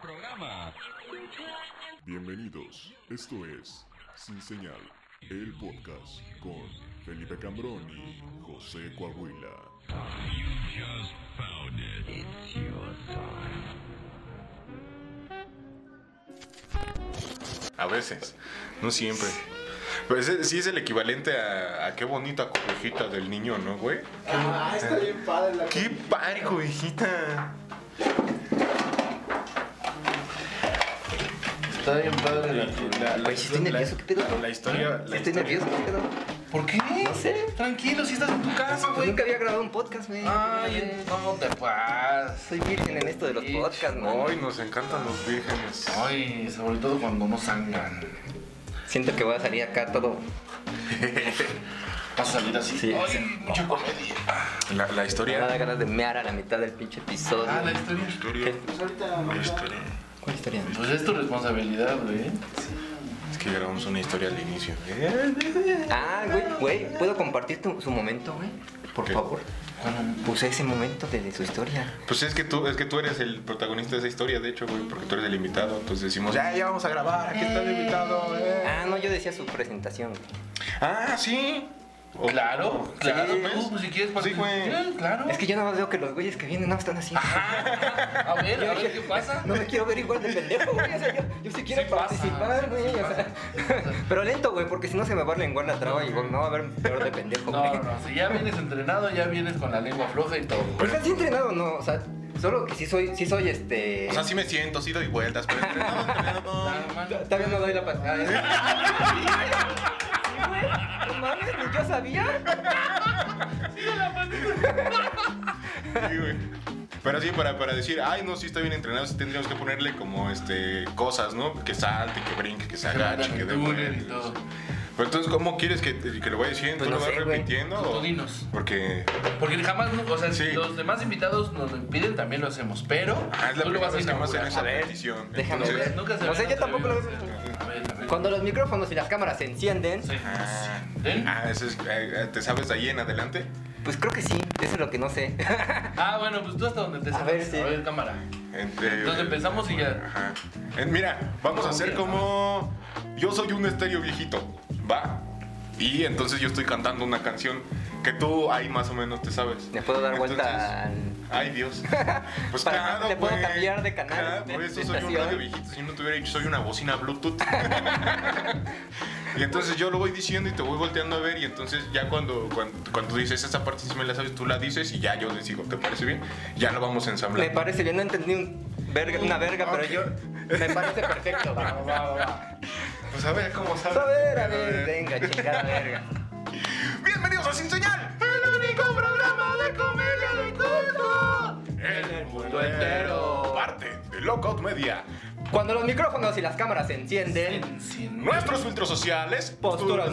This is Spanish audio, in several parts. programa. Bienvenidos, esto es Sin Señal, el podcast con Felipe Cambrón y José Coahuila. A veces, no siempre. Pues es- sí es el equivalente a, a qué bonita cobijita del niño, ¿no, güey? Ah, está bien padre la ¡Qué padre cobijita! Está bien padre la La, la- Güey, sí estoy la- nervioso, ¿qué pedo? la- la historia... la Estoy historia- nervioso, ¿qué pedo? ¿Por qué? No sé. Tranquilo, si estás en tu casa, Pues nunca había grabado un podcast, güey. Ay, no te pases. Soy virgen en esto de los podcasts, ¿no? Ay, nos encantan los vírgenes. Ay, sobre todo cuando no sangran. Siento que voy a salir acá todo. ¿Vas a salir así? Sí. Ay, mucha comedia. La, la Me historia... da ganas de mear a la mitad del pinche episodio. Ah, la historia. La historia... ¿Cuál historia? Pues es tu responsabilidad, güey. Es que grabamos una historia al inicio. Eh, Ah, güey, güey, ¿puedo compartir tu- su momento, güey? Por ¿Qué? favor. Bueno, Puse ese momento de, de su historia. Pues es que tú, es que tú eres el protagonista de esa historia, de hecho, güey, porque tú eres el invitado. Entonces decimos, ya, ya vamos a grabar, aquí está el invitado. eh". Ah, no, yo decía su presentación. güey. Ah, sí. O- Claro, claro. Sí, pues. tú, pues, si quieres Sí, güey. Sí, Claro. Es que yo nada más veo que los güeyes que vienen no están así. A ver, a ver qué pasa. No me quiero ver igual de pendejo, güey. O sea, yo, yo sí quiero Sí pasa, participar, sí, güey. sí o sea, pero lento, güey, porque si no se me va a lenguar la traba y no va a ver peor de pendejo, No, güey. no, no. Si ya vienes entrenado, ya vienes con la lengua floja y todo. Pues así entrenado, no. O sea, solo que sí soy, sí soy este. O sea, sí me siento, sí doy vueltas, pero entrenado, entrenado. Ah, hermano. Todavía no doy la patada. ¿eh? Sí, güey. No mames, ni yo sabía. Sí, güey. Pero sí, para, para decir, ay, no, sí está bien entrenado, sí tendríamos que ponerle como este cosas, ¿no? Que salte, que brinque, que se Que meta agache, en que el dé túnel vueltas. y todo. Pero entonces, ¿cómo quieres que, te- que lo vaya diciendo? Pues no ¿Lo vas sé, güey. repitiendo? Tú o- dinos. Porque Porque jamás, o sea, Sí. si los demás invitados nos lo piden, también lo hacemos, pero ah, es la tú lo primera vas a vez que me hacen inaugurar. esa A ver, petición. déjame Entonces, ver. Nunca se No sé, habían yo tampoco lo- atrevido a hacer. A ver, a ver. Cuando los micrófonos y las cámaras se encienden, Sí. Ah, ¿Ven? ah, eso es, eh, ¿te sabes de ahí en adelante? pues creo que sí. Eso es lo que no sé. Ah, bueno, pues tú hasta donde te A ver, sí. A ver, cámara. Entre- Entonces empezamos y ya. Ajá. Eh, mira, vamos a hacer como. Yo soy un estéreo viejito, ¿va? Y entonces yo estoy cantando una canción que tú ahí más o menos te sabes. ¿Le puedo dar vuelta Entonces- al- Ay, Dios. Pues Para- claro, le puedo güey. cambiar de canal, Claro, de por eso soy un estación. radio viejito. Si no te hubiera dicho, soy una bocina Bluetooth. y entonces yo lo voy diciendo y te voy volteando a ver. Y entonces ya cuando, cuando, cuando dices esa parte, si me la sabes, tú la dices y ya yo les digo, ¿te parece bien? Ya lo vamos a ensamblar. Me parece bien, no entendí un verga- una verga, pero Ok. yo. Me parece perfecto, güey. Va, va, va. Pues a ver cómo sabes. A ver, a ver, venga, chingada verga. Bienvenidos a Sin Señal, el único programa de comedia de culto en el mundo entero. Parte de Lockout Media. Cuando los micrófonos y las cámaras se encienden, Sin- Nuestros filtros sociales, Posturas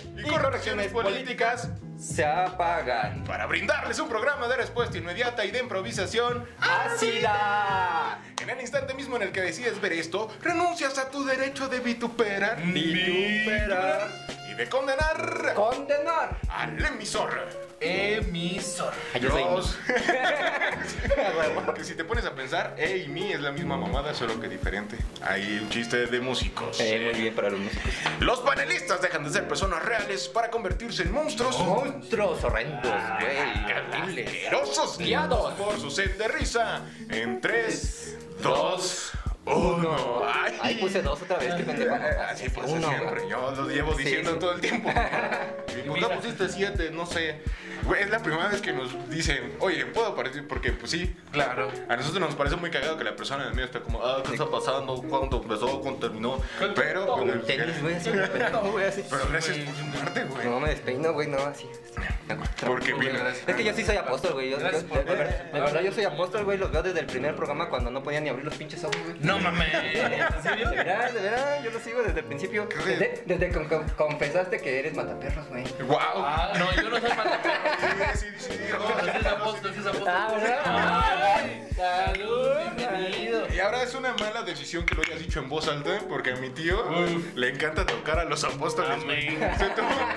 y y correcciones correcciones políticas se apagan. para brindarles un programa de respuesta inmediata y de improvisación ¡Ácida! En el instante mismo en el que decides ver esto, renuncias a tu derecho de vituperar, Vituperar. y de condenar ¡Condenar! al emisor. Emisor. Yo soy Dios. A huevo. Que si te pones a pensar, Ey y mi es la misma mamada, solo que diferente. Hay un chiste de músicos. Eh, muy bien para los músicos. Los panelistas dejan de ser personas reales para convertirse en Oh. monstruos. Oh, Monstruos horrendos, güey. Horribles. Asquerosos guiados por su sed de risa. En 3, 2, 1. Ahí puse dos otra vez, qué pendejo. Eh, Así pasa Uno, siempre. güey. Yo lo llevo Sí, diciendo sí. todo el tiempo. Y pues no pusiste siete, no sé. Güey, es la primera vez que nos dicen, oye, ¿puedo aparecer? Porque, pues sí, Claro. A nosotros nos parece muy cagado que la persona en el medio está como, ah, ¿qué está pasando? ¿Cuándo empezó? ¿Cuándo terminó? Pero, Un Tenis, güey, así. güey, pendejo, güey, así. pero gracias por sumarte, güey. No me despeino, güey, no, así. Porque mira, Es que yo sí soy apóstol, güey. Yo, yo- Gracias por de, de ver. verdad, de verdad, yo soy apóstol, güey. Los veo desde el primer programa cuando no podían ni abrir los pinches ojos, güey. No mames. ¿En serio? De verdad, de verdad, yo lo sigo desde el principio. ¿Qué? Desde, desde que con- confesaste que eres mataperros, güey. wow. Ah, no, yo no soy mataperros. Sí, sí, sí, No, ese es no. apóstol, ese es apóstol. Ah, ¿verdad? Ay, Salud, bienvenido. Y ahora es una mala decisión que lo hayas dicho en voz alta, porque a mi tío le encanta tocar a los apóstoles. güey. Se toma-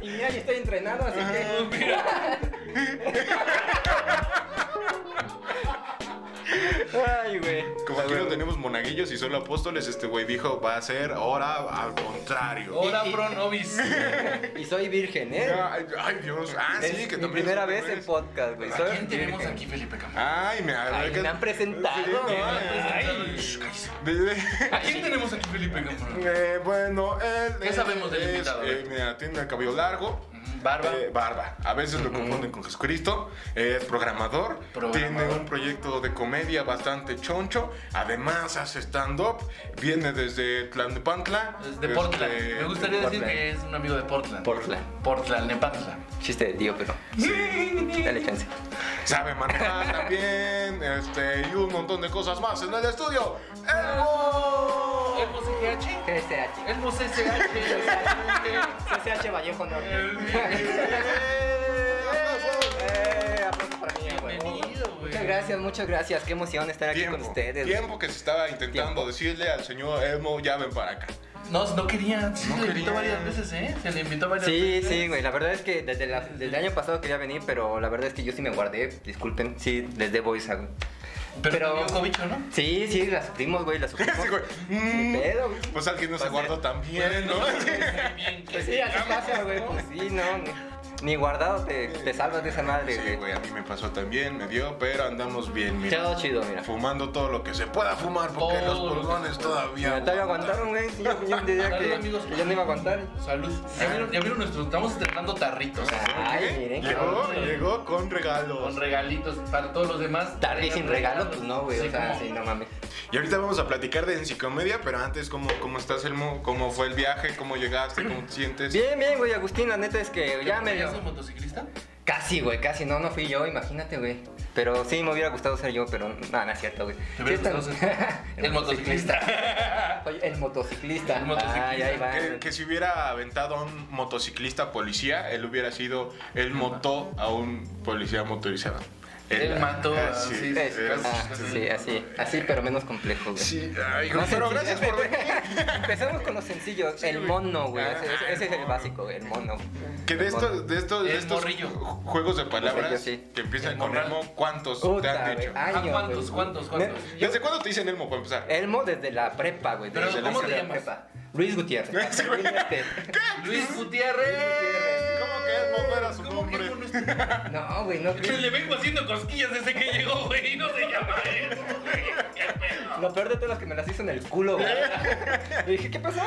Y mira, yo estoy entrenado, así Ah, que. tenemos monaguillos y solo apóstoles. Este güey dijo, va a ser ahora al Oh. contrario. Hola, pro novis. Y soy virgen, ¿eh? Ay, ay, Dios. Ah, Es sí, que mi también. primera es- vez en podcast, güey. ¿A Soy quién tenemos virgen. aquí, Felipe Cambrón? Ay, me, Ay, me han presentado. Sí, no, me han ay, presentado. ay. Shh, cállese. De- de- ¿A quién tenemos aquí, Felipe Cambrón? Eh, bueno, él. ¿Qué él sabemos del es, invitado? eh, mira, tiene el cabello largo. Barba. eh, barba. A veces lo confunden con Jesucristo. Es programador, Programador. Tiene un proyecto de comedia bastante choncho. Además hace stand-up. Viene desde Tlalnepantla. Es de Portland. este, Me gustaría decir Portland. que es un amigo de Portland. Portland. Portland, Nepantla. Chiste de tío, pero dale chance. Sabe manejar también. Este, y un montón de cosas más en el estudio. ¡Elmo! ¿El CH? CSH. El CH. CSH Vallejo Norte. ¡Eh! Eh, aplauso para mí, güey. Bienvenido, güey. Muchas gracias, muchas gracias. Qué emoción estar aquí con ustedes. tiempo que se estaba intentando Tiempo. decirle al señor Elmo, ya ven para acá. No, no quería. Sí, No se le invitó quería. varias veces, ¿eh? Se le invitó varias Sí, veces. sí, güey. La verdad es que desde, la- desde el año pasado quería venir, pero la verdad es que yo sí me guardé. Disculpen, sí, les debo esa. Pero, Pero- pero... cobicho, ¿no? Sí, sí, la suprimos, güey, la suprimos. Ese güey, Ni mm, pedo, güey. pues alguien no se Pues, guardó eh, también, ¿no? Pues sí, así pasa, güey. Pues sí, no. ni- Ni guardado te, te salvas de esa madre, Sí, güey. güey, a mí me pasó también, me dio, pero andamos bien, mira. Todo chido, mira. Fumando todo lo que se pueda fumar, porque Todo lo los que pulgones se todavía. Mira, todavía aguantaron, güey. Sí, yo, yo diría Salud, que, amigos. que ya no iba a aguantar. Ah. Salud. Ya vieron, ya vieron nuestro. Estamos estrenando tarritos. Ay, miren, qué Llegó, bonito. llegó con regalos. Con regalitos para todos los demás. Darle sin regalo, pues no, güey. Sí, O sea, como- sí, no mames. Y ahorita vamos a platicar de encicomedia, pero antes, ¿cómo, cómo estás, Elmo? ¿Cómo fue el viaje? ¿Cómo llegaste? ¿Cómo te sientes? Bien, bien, güey, Agustín, la neta es que ya me ¿Eres un motociclista? Casi, güey, casi. No, no fui yo, imagínate, güey. Pero sí, me hubiera gustado ser yo, pero no, no es cierto, güey. Te hubiera Sí, está- gustado ser- El motociclista. Oye, el motociclista. El motociclista. Ay, ahí va. Que, que si hubiera aventado a un motociclista policía, él hubiera sido, él mató a un policía motorizado. Él mató a- así, sí, Es- eh, ah, sí, sí, así, así, pero menos complejo, güey. sí, ay, Más pero sencillo. gracias por venir. Empezamos con los sencillos. el güey. mono, güey. Ah, ese ese- ese el es el mono. básico, güey, el mono. Que de estos, de estos, de El estos morrillo. ju- juegos de palabras Morrillo, sí. que empiezan El con morral. Ah, Elmo, ¿cuántos te Puta, han güey. dicho? años, ¿A cuántos, güey. cuántos, cuántos? Ne- ¿Desde cuándo te dicen Elmo para empezar? Eh, Elmo desde la prepa, güey. Pero, desde ¿cómo la te escuela de llamas? prepa. Luis Gutiérrez. Sí, güey. Este. Luis Gutiérrez. ¿Cómo que Elmo no era su ¿Cómo que nombre? Elmo no es tu nombre? No, güey, no. Pues le vengo haciendo cosquillas desde que llegó, güey, y no se llama eso, güey. Qué pedo. Lo peor de todo es que me las hizo en el culo, güey. Le dije, ¿qué pasó?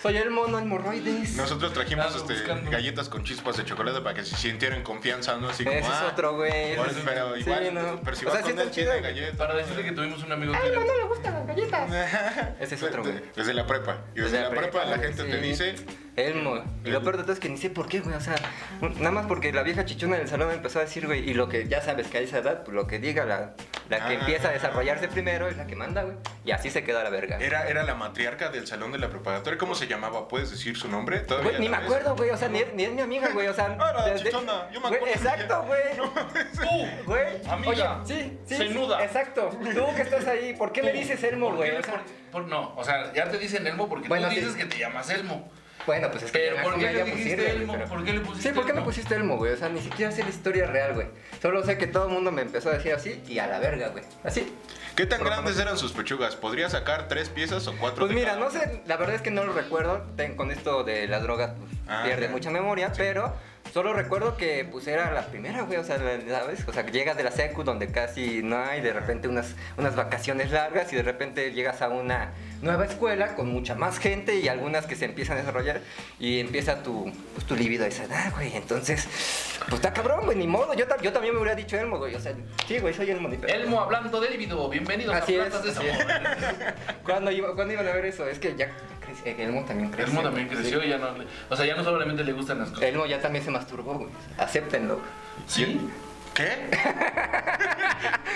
Soy el mono hemorroides. Nosotros trajimos Ando este, buscando. galletas con chispas de chocolate para que se sintieran confianza, ¿no? Así como, Ese es ah, otro, güey. Bueno, pero Sí, igual, no. pero si O vas sea, sí con él, tiene están chidas, güey. galletas. Para decirle que tuvimos un amigo que... le gustan las galletas. Ese es otro, güey. Desde- Desde la prepa. Y desde, la prepa, la güey, gente sí. te dice... Elmo. Y lo peor de todo es que ni sé por qué, güey. O sea, nada más porque la vieja chichona del salón empezó a decir, güey. Y lo que ya sabes que a esa edad, pues lo que diga la, la que Ah. empieza a desarrollarse primero es la que manda, güey. Y así se queda la verga. Era, era la matriarca del salón de la preparatoria. ¿Cómo se llamaba? ¿Puedes decir su nombre? Todavía Güey, ni la me ves. acuerdo, güey. O sea, ni, es- ni es mi amiga, güey. O sea, Ahora, chichona, yo me Güey, acuerdo de Exacto, ella. güey. Tú, Güey, Amiga, oye, sí, sí, cenuda. Exacto. Tú que estás ahí, ¿por qué le dices Elmo, ¿Por qué güey? le- O sea, por- por- no, o sea, ya te dicen Elmo porque Bueno, tú sí. dices que te llamas Elmo. bueno, pues es que Pero ya ¿por no qué me le voy a dijiste pusirle, Elmo? pero- ¿Por qué le pusiste Sí, ¿por qué me Elmo? pusiste Elmo, güey? O sea, ni siquiera sé la historia real, güey. Solo sé que todo el mundo me empezó a decir así y a la verga, güey. Así. ¿Qué tan grandes eran sus pechugas? ¿Podría sacar tres piezas o cuatro? Pues de mira, cada no una? sé, la verdad es que no lo recuerdo. Ten- con esto de las drogas pues, Ah, pierde ya. mucha memoria, pero solo recuerdo que pues era la primera, güey. O sea, la- ¿sabes? O sea, que llegas de la secu donde casi no hay, de repente unas, unas vacaciones largas y de repente llegas a una nueva escuela con mucha más gente y algunas que se empiezan a desarrollar y empieza tu, pues, tu libido a esa edad, güey. Entonces, pues está cabrón, güey, ni modo. Yo, ta- yo también me hubiera dicho Elmo, güey. O sea, sí, güey, soy Elmo. ni pedo. Elmo hablando del video, bienvenidos Así a es, Plantas de así Sabor. ¿Cuándo, iba- cuándo iban a ver eso? Es que ya, ya creció. Elmo también creció. Elmo también güey. creció, ya no, le- o sea, ya no solamente le gustan las cosas. Elmo Eh, ya también se masturbó, güey. Acéptenlo. ¿Sí? ¿Qué?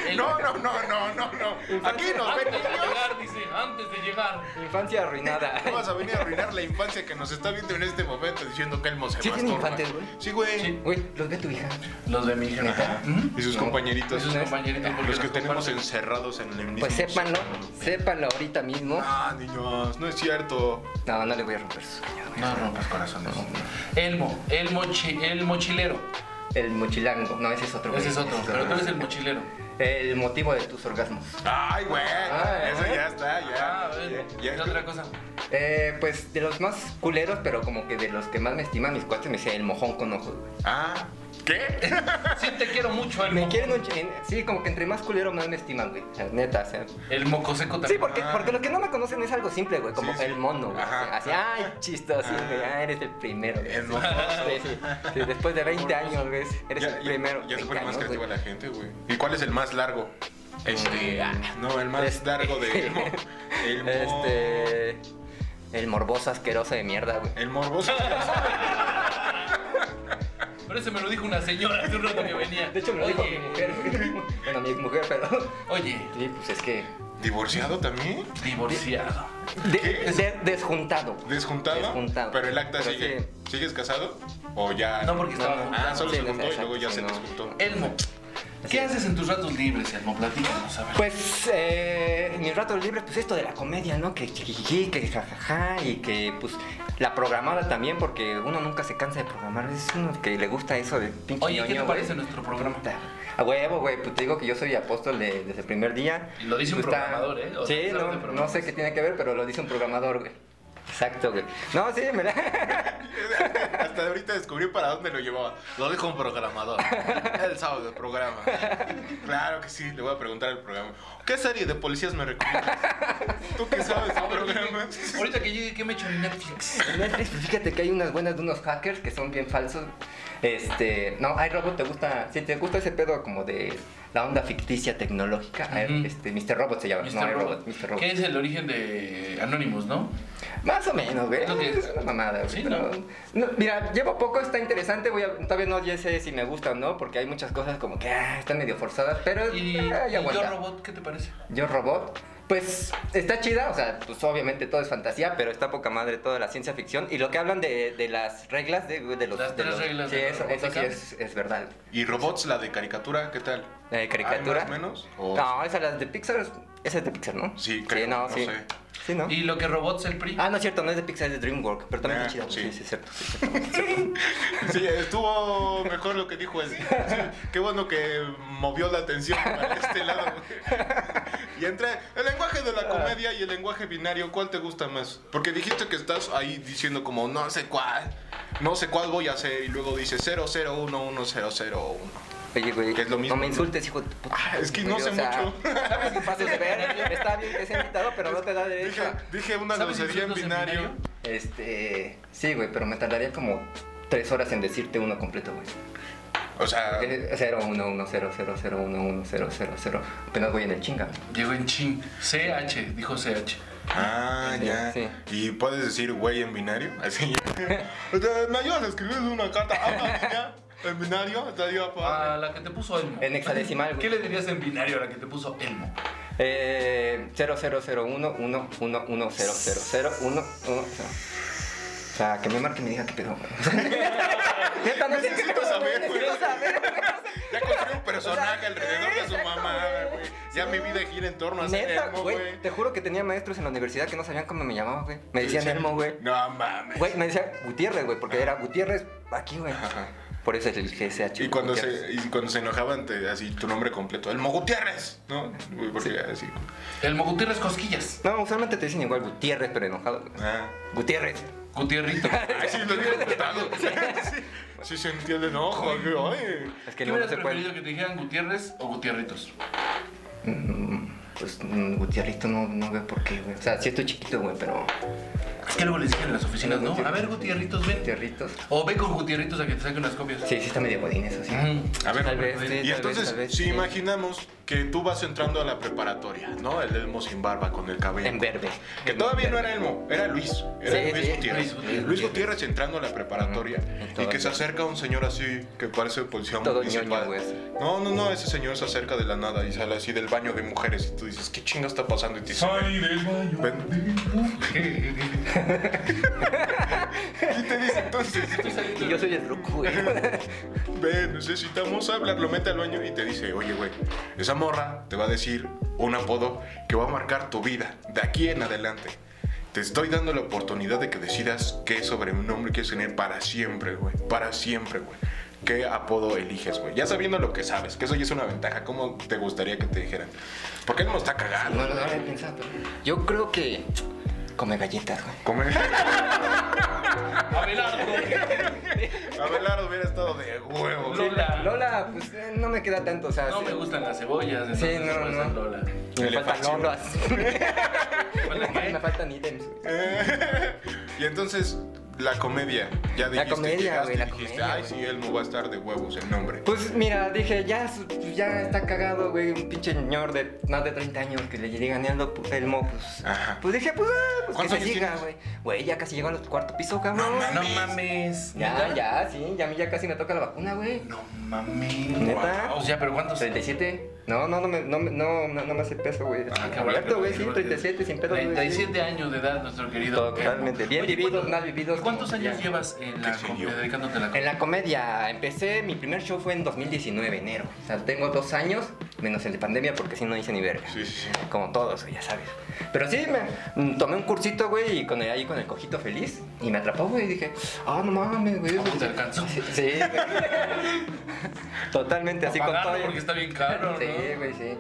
El- No, no, no, no, no, no. Aquí nos ven antes Ah, de niños. llegar, dice, antes de llegar. Infancia arruinada. No vas a venir a arruinar la infancia que nos está viendo en este momento diciendo que Elmo se ¿Sí tiene masturba. infantes, güey? Sí, güey. Sí. Güey, los ve tu hija. Los de mi hija. ¿Mm? Y sus No. compañeritos. Esos no es- compañeritos porque Los que nos tenemos comparten. encerrados en el mismo. Pues sépanlo, salón. sépanlo ahorita mismo. Ah, niños, no es cierto. No, no le voy a romper sus sueños, güey. No rompas corazones. Elmo, el, mochi- el mochilero. el mochilango. No, ese es otro. güey. Ese es otro, pero tú eres el mochilero. El motivo de tus orgasmos. Ay, güey. Ah, Eso ¿eh? ya está, ya. Ah, a ver, Ya- ¿qué ya es- otra cosa? Eh, pues de los más culeros, pero como que de los que más me estiman mis cuates, me decía el mojón con ojos, güey. Ah, ¿qué? Sí, te quiero mucho, el Me moco. quieren un ch- en- Sí, como que entre más culero más me estiman, güey. O sea, neta, o sea. El moco seco Sí, también. porque, porque los que no me conocen es algo simple, güey. Como Sí, sí. el mono, güey. Ajá. Así, ay, chistosín, güey. Ah, eres el primero, güey. El mocoso. Sí, sí. Sí, después de 20 años, güey. Eres Ya- el ya- primero. Ya se 20 pone más años, güey. creativa la gente, güey. ¿Y cuál es el más largo? Este. ah, No, el más Este. largo de. El, mo- el mo- Este. El morboso asqueroso de mierda, güey. El morboso. Pero ese me lo dijo una señora hace un rato que venía. De hecho, me lo dijo mi mujer. güey. Bueno, mi mujer, pero. Oye, Sí, pues es que. ¿Divorciado también? divorciado. de- de- desjuntado. güey. ¿Desjuntado? Desjuntado. Pero el acta Pero sigue. sí. ¿Sigues casado? ¿O ya? No, porque estaba no. Ah, juntado. solo Sí, se no, juntó y exacto, luego ya sí, se no. desjuntó. Elmo, ¿qué haces en tus ratos libres, Elmo? Platícanos, a ver. Pues eh, en mis ratos libres, pues esto de la comedia, ¿no? Que chiquijiqui, que jajaja y que pues la programada también, porque uno nunca se cansa de programar, es uno que le gusta eso de pinche Oye, ¿qué te ñoño, güey. parece nuestro programa? Puta, A huevo, güey, pues te digo que yo soy apóstol de- desde el primer día. Y lo dice un Pues, está- programador, ¿eh? O sea, sí, sabe de no, no programas. sé qué tiene que ver, pero lo dice un programador, güey. Exacto, güey. No, sí, me la... Hasta ahorita descubrí para dónde lo llevaba. Lo dijo un programador. El sábado, el programa. Claro que sí, le voy a preguntar al programa. ¿Qué serie de policías me recomiendas? ¿Tú qué sabes del programa? Pues, Ahorita que llegue, ¿qué me echo en Netflix? En Netflix, pues, fíjate que hay unas buenas de unos hackers que son bien falsos. Este, no, iRobot te gusta, si te gusta ese pedo como de la onda ficticia tecnológica, a ver, Ujú. este, Mr. Robot se llama, no Mr. iRobot, Robot. Mr. Robot. Que es el origen de Anonymous, ¿no? Más o menos, güey. Lo que- Es una mamada, güey. Sí, pero- ¿no? No, mira, llevo poco, está interesante, voy a- todavía no ya sé si me gusta o no, porque hay muchas cosas como que ah, están medio forzadas, pero Y, eh, ya y Yo aguanta. Robot, ¿qué te parece? Yo Robot, pues está chida, o sea, pues obviamente todo es fantasía, pero está poca madre toda la ciencia ficción y lo que hablan de, de las reglas de, de los... Las de tres los- reglas Sí, de la eso, eso sí robótica. es, es verdad. ¿Y robots, la de caricatura, qué tal? La de caricatura. ¿Hay más o menos? ¿O- No, esa las de Pixar, es- esa es de Pixar, ¿no? Sí, creo, no, no sí. sé. Sí, ¿no? Y lo que Robot es el PRI. Ah, no es cierto, no es de Pixar, es de DreamWorks, pero también Ah, es chida. Sí, sí. sí, es cierto. sí. Sí, estuvo mejor lo que dijo él. Sí, qué bueno que movió la atención para este lado. güey. Y entre el lenguaje de la comedia y el lenguaje binario, ¿cuál te gusta más? Porque dijiste que estás ahí diciendo como no sé cuál, no sé cuál voy a hacer y luego dice 0011001. Oye, güey, Que es lo mismo, no me ¿no? insultes, hijo de puta. Ah, es que no Güey, sé o sea, mucho. no pases de ver, está bien que sea invitado, pero no te da derecho. Dije, a- dije una ¿Sabes grosería en insultos en binario. binario? Este. Sí, güey, pero me tardaría como tres horas en decirte uno completo, güey. O sea, 0, 1, 1, 0, 0, 0, 1, 1, 0, 0, 0. Apenas voy en el chinga. Llegó en chin. CH, dijo CH. ah, Sí, ya. sí. ¿Y puedes decir güey en binario? Así. O sea, ¿Me ayudas a escribir una carta? Habla ya, en binario, estaría padre. A la que te puso Elmo. En hexadecimal, güey. ¿Qué le dirías en binario a la que te puso Elmo? Eh, 0, 0, 0, 1, 1, 1, 1, 0, 0, 0, 1, 1, O sea, que me marque y me diga qué pedo. Neta, no sé qué Necesito pedo, saber, güey, güey. necesito saber, güey. Ya construyó un personaje O sea, alrededor de su exacto, mamá, güey. güey. Ya Sí. mi vida gira en torno a ser Neta, Elmo, güey. güey. Te juro que tenía maestros en la universidad que no sabían cómo me llamaba, güey. Me decían Sí. Elmo, güey. No mames. Güey, me decía Gutiérrez, güey, porque era Gutiérrez aquí, güey. Ajá. Por eso es el GSH. Y cuando Gutiérrez. se, y cuando se enojaban, te, así tu nombre completo, Elmo Gutiérrez, ¿no? Güey, Porque así. Elmo Gutiérrez Cosquillas. No, usualmente te dicen igual Gutiérrez, pero enojado. güey. Ah. Gutiérrez. Gutierrito. Ay, sí, lo digo completado. Sí, sí sentí el enojo, güey. Ay. Es que ¿Qué no, no hubieras se preferido puede. que te dijeran Gutiérrez o Gutierritos? Mm, Pues mm, Gutierrito no, no veo por qué, güey. O sea, sí estoy chiquito, güey, pero. Es que luego les dicen en las oficinas, ¿no? A ver, Gutierritos, ven. Gutierritos. O ve con Gutierritos a que te saquen las copias. Sí, sí está medio godín eso, sí. A ver, Tal vez, sí, tal y vez, entonces, tal vez, si sí. imaginamos que tú vas entrando a la preparatoria, ¿no? El Elmo sin barba con el cabello. En verde. Que En todavía no verde. era Elmo, era Luis. Era Sí, Luis, sí, Gutiérrez. Luis Gutiérrez. Luis Gutiérrez entrando a la preparatoria Ujú. y que se acerca un señor así que parece policía Todo ñoño, municipal. güey. No, no, no, ese señor se acerca de la nada y sale así del baño de mujeres y tú dices, ¿qué chinga está pasando? Y te dice, ven. Y te dice entonces, Y yo soy el Ruku, güey. Ve, necesitamos hablar, lo mete al baño y te dice, oye, güey, esa morra te va a decir un apodo que va a marcar tu vida de aquí en adelante. Te estoy dando la oportunidad de que decidas qué sobrenombre quieres tener para siempre, güey. Para siempre, güey. ¿Qué apodo eliges, güey? Ya sabiendo lo que sabes, que eso ya es una ventaja. ¿Cómo te gustaría que te dijeran? Porque él no está cagado. No lo había pensado. Yo creo que. Come galletas, güey. Come- ah, Abelardo. Abelardo hubiera estado de huevo. Sí, Lola. Lola, pues eh, no me queda tanto, o sea. No sí. me gustan las cebollas, entonces Sí, no, puede ser no. Lola. Me faltan Elefacio. lolas. Bueno, me ¿qué? faltan ítems. y entonces, la comedia. Ya dijiste, comedia, llegaste güey, la y dijiste, comedia, ay, güey. sí, él no va a estar de huevos el nombre. Pues mira, dije, ya, su- ya está cagado, güey, un pinche señor de más de 30 años que le llegan el elmo, pues. Ajá. Pues dije, pues, ah, pues que ¿Cuántos se años diga, tienes? güey. Güey, ya casi llego al cuarto piso, cabrón. No mames. ya, ya, sí, ya a mí ya casi me toca la vacuna, güey. No mames. ¿Neta? O sea, pero ¿cuántos? 37. No, no, no me, no, me- no, no, no me hace peso, güey. Ah, cabrón, Abierto, güey, sí, cabrón. 37, sin pedo, güey. 37 años de edad, nuestro querido. Totalmente. Bien Oye, vividos, ¿cuánto- mal vividos. ¿Cuántos como años ya. llevas en la ¿Qué sé com- yo? dedicándote a la En la comedia, empecé, mi primer show fue en 2019, enero. O sea, tengo dos años, menos el de pandemia, porque si no hice ni verga. Sí, sí, sí. Como todos, güey, ya sabes. Pero sí, me mm, tomé un cursito, güey, y con el- ahí con el cojito feliz. Y me atrapó, güey, y dije, ah, no mames, güey. ¿Cómo te alcanzó? Sí, sí, güey. Totalmente, así con Pagarlo todo. porque está bien caro, ¿no? Sí, güey, sí.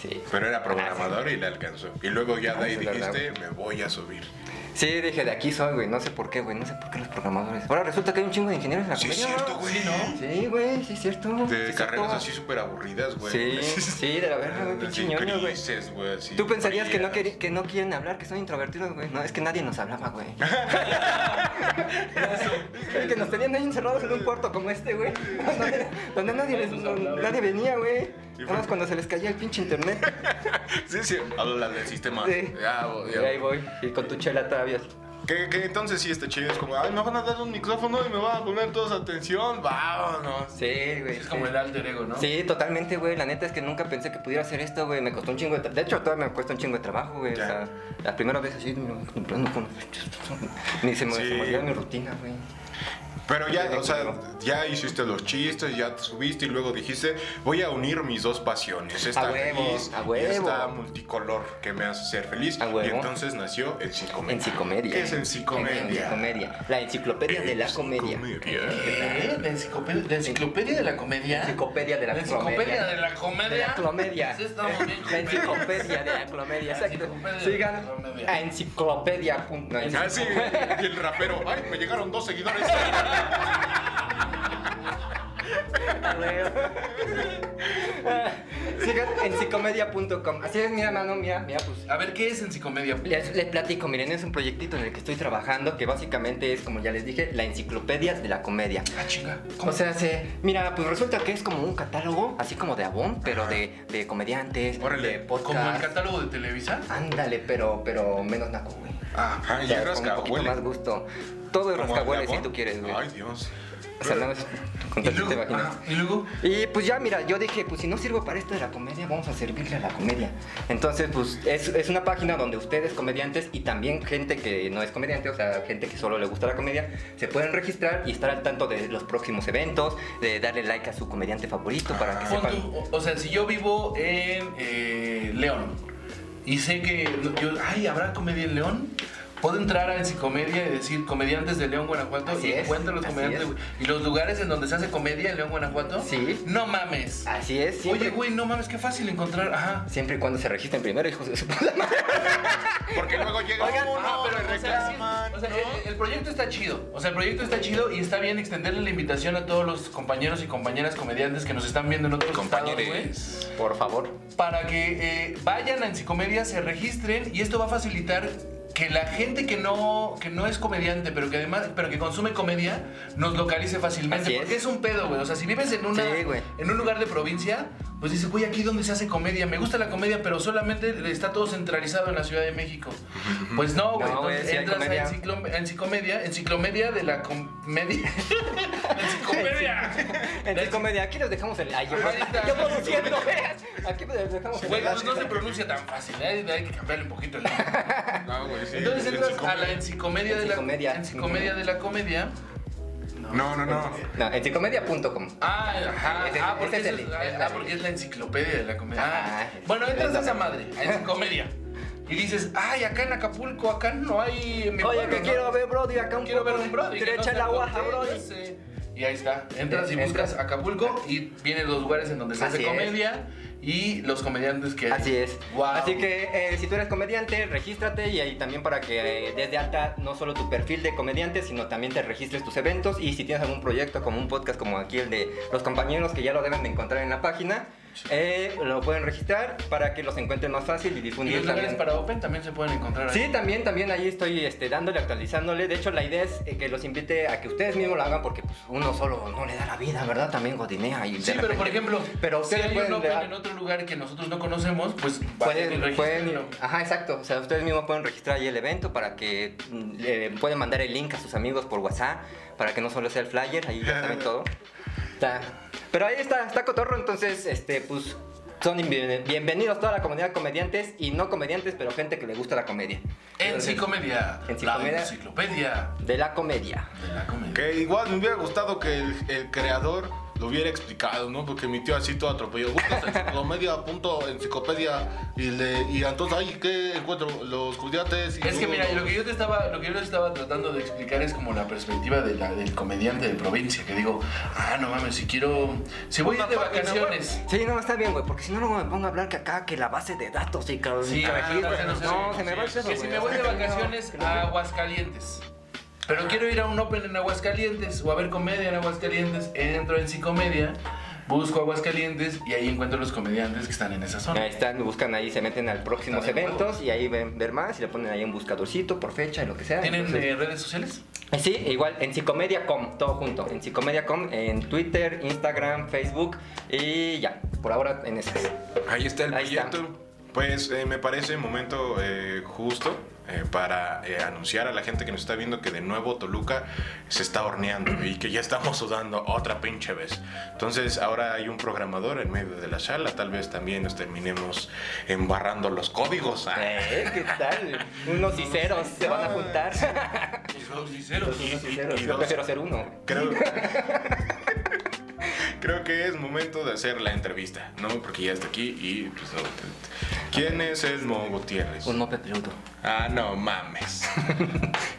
Sí. Pero era programador y le alcanzó. Y luego ya de ahí Ah, Sí, la verdad, dijiste, me voy a subir. Sí, dije, de aquí soy, güey. No sé por qué, güey. No sé por qué los programadores. Ahora resulta que hay un chingo de ingenieros en la Sí, es comedia. cierto, güey, ¿no? Sí, güey, sí, es cierto. Sí, De es carreras cierto. así súper aburridas, güey. Sí, sí, de la verga, güey, pinche Así ñoño, güey. grises, güey, así Tú pensarías que no, frías. queri- que no quieren hablar, que son introvertidos, güey. No, es que nadie nos hablaba, güey. Es que nos tenían ahí encerrados en un cuarto como este, güey. Donde, donde nadie, les- Nadie nos hablaba. nadie venía, güey. Sí, Nada más fue- cuando se les caía el pinche internet. Sí, sí. Habla del sistema. Sí. Ya, voy, Y ya ahí voy. voy, y con tu chela todavía. Que, que entonces sí está chido. Es como, ay, me van a dar un micrófono y me van a poner todos atención. Vámonos. Sí, güey. Es sí. como el alter ego, ¿no? Sí, totalmente, güey. La neta es que nunca pensé que pudiera hacer esto, güey. Me costó un chingo de trabajo. De hecho, todavía me cuesta un chingo de trabajo, güey. O Ya. sea, las primeras veces así, no, comprando con. Ni se me, se Sí. me olvidó mi rutina, güey. Pero ya, o sea, ya hiciste los chistes, ya te subiste y luego dijiste, voy a unir mis dos pasiones. Esta A huevo, gris a huevo. y esta multicolor que me hace ser feliz. A huevo. Y entonces nació en Psicomedia. En psicomedia. ¿Qué es en Psicomedia? En psicomedia. La enciclopedia de la comedia. Psicomedia. ¿Eh? ¿La enciclopedia, la enciclopedia de la comedia? Enciclopedia de la ¿La enciclopedia comedia. de la comedia? De la clomedia. Sí, estamos bien La comedia. enciclopedia de la comedia, exacto. Enciclopedia de la Sigan comedia. a enciclopedia. punto- no, Ah, sí, y el rapero. Ay, me llegaron dos seguidores. Sigan encicomedia.com. Así es, mira, mano, mira, mira, pues. A ver, ¿qué es encicomedia? Les, les platico, miren, es un proyectito en el que estoy trabajando que básicamente es, como ya les dije, la enciclopedia de la comedia. Ah, chinga. O sea, se, mira, pues resulta que es como un catálogo, así como de Avon, pero de, de comediantes, de Órale, como el podcast. Ah, catálogo de Televisa. Ándale, pero, pero menos naco, güey. Ah, O y sea, el con un poquito rascahuele. más gusto. Todo es ¿Como rascahuele si Gabón? tú quieres, güey. Ay, Dios. O sea, nada más con Y tal que pues, te luego, imaginas. ah, y luego, Y pues ya, mira, yo dije, pues si no sirvo para esto de la comedia, vamos a servirle a la comedia. Entonces, pues es, es una página donde ustedes, comediantes, y también gente que no es comediante, o sea, gente que solo le gusta la comedia, se pueden registrar y estar al tanto de los próximos eventos, de darle like a su comediante favorito para que pon sepan. tú, o, o sea, si yo vivo en eh, León y sé que yo, ay, ¿habrá comedia en León? Puedo entrar a Encicomedia y decir comediantes de León, Guanajuato Así y es, encuentro los así comediantes es. y los lugares en donde se hace comedia en León, Guanajuato. Sí. No mames. Así es, siempre, Oye, güey, no mames, qué fácil encontrar. Ajá. siempre y cuando se registren primero, hijos de su puta madre. Porque luego llega Oigan, uno, ah, pero le o sea, sí, reclaman. o sea, ¿no? el, el proyecto está chido. O sea, el proyecto está chido y está bien extenderle la invitación a todos los compañeros y compañeras comediantes que nos están viendo en otros estados, güey. Compañeres. Por favor. Para que eh, vayan a Encicomedia, se registren y esto va a facilitar que la gente que no, que no es comediante, pero que además, pero que consume comedia, nos localice fácilmente. Así es. porque es. un pedo, güey. O sea, si vives en una Sí, güey. en un lugar de provincia, pues dices, güey, aquí donde se hace comedia. Me gusta la comedia, pero solamente está todo centralizado en la Ciudad de México. Pues no, güey. No, güey, entonces sí hay entras comedia. a enciclo- enciclomedia, enciclomedia de la comedia. enciclomedia. Entonces, comedia, aquí los dejamos el. Ay, yo, Ahí está. yo produciendo, veas. Aquí los dejamos el. Güey, pues no se pronuncia tan fácil, ¿eh? hay que cambiarle un poquito el nombre. No, Ah, güey, sí, Entonces el entras a psicomedia. la encicomedia de la Encicomedia. encicomedia de la comedia. No, no, no. No, encicomedia.com. Ah, ajá, Ese- ah, porque ese este, es eso el- este. es- ah, ah, porque es la enciclopedia de la comedia. Ah, Ajá. bueno, entras a esa madre, a encicomedia. Y dices, ay, acá en Acapulco, acá no hay. en mi Oye, pueblo, que ¿no? quiero ver Brody acá un Quiero ver poco un Brody. Quiero que no echar sea la guaja, costeño, Brody. ese. Y ahí está. Entras y Eh, buscas entra. Acapulco y vienen los lugares en donde se hace Así es. comedia y los comediantes que hay. Así es. Guau. Así que eh, si tú eres comediante, regístrate y ahí también para que eh, des de alta no solo tu perfil de comediante, sino también te registres tus eventos y si tienes algún proyecto como un podcast como aquí el de los compañeros que ya lo deben de encontrar en la página, eh, lo pueden registrar para que los encuentren más fácil y Y difundir los lugares también. para Open también se pueden encontrar ahí. Sí, también, también ahí estoy este, dándole, actualizándole. De hecho, la idea es eh, que los invite a que ustedes mismos lo hagan porque pues, uno solo no le da la vida, ¿verdad? También godinea y de Sí, pero por repente- ejemplo, si Pero ustedes hay pueden un Open dar- en otro lugar que nosotros no conocemos, pues vayan y pueden, pueden regístrenlo. ajá, exacto. O sea, ustedes mismos pueden registrar ahí el evento para que mm, le pueden mandar el link a sus amigos por WhatsApp para que no solo sea el flyer, ahí ya saben todo. Está- Pero ahí está, está cotorro, entonces, este, pues son bien- bienvenidos toda la comunidad de comediantes y no comediantes, pero gente que le gusta la comedia. En Psicomedia, En la Psicomedia. enciclopedia De la comedia. de la comedia. Que igual me hubiera gustado que el, el creador lo hubiera explicado, ¿no? Porque mi tío así todo atropelló. Buscas enciclopedia, punto, enciclopedia. Y, le, y entonces, ay, ¿qué encuentro? Los cudiates. y Es que todo. mira, lo que yo te estaba, lo que yo les estaba tratando de explicar es como la perspectiva de la- del comediante de provincia, que digo, ah, no mames, si quiero, si voy a ir de Una página web. vacaciones. Sí, Pues no, está bien, güey, porque si no, luego me pongo a hablar que acá, que la base de datos y que los Sí, ah, registros. no, no, No, no, se me va el pedo, Que si güey, me voy de no, vacaciones que no, a Aguascalientes. Pero quiero ir a un Open en Aguascalientes o a ver comedia en Aguascalientes, entro en Psicomedia, busco Aguascalientes y ahí encuentro los comediantes que están en esa zona. Ahí están, buscan ahí, se meten al próximos Están de eventos huevos. y ahí ven ver más y le ponen ahí un buscadorcito por fecha y lo que sea. ¿Tienen Entonces, eh, redes sociales? eh, sí, igual en psicomedia.com, todo junto. En psicomedia.com, en Twitter, Instagram, Facebook y ya. Por ahora en esas. Ahí está el Ahí está. proyecto. Pues eh, me parece momento eh, justo eh, para eh, anunciar a la gente que nos está viendo que de nuevo Toluca se está horneando y que ya estamos sudando otra pinche vez. Entonces ahora hay un programador en medio de la sala, tal vez también nos terminemos embarrando los códigos. ah. Eh, ¿Qué tal? Unos y ceros se van a juntar. Unos y ceros. y Yo dos. prefiero ser uno. Creo, creo que es momento de hacer la entrevista, ¿no? Porque ya está aquí y pues... ¿Quién es Edmo Gutiérrez? Un mope peludo. Ah, no mames.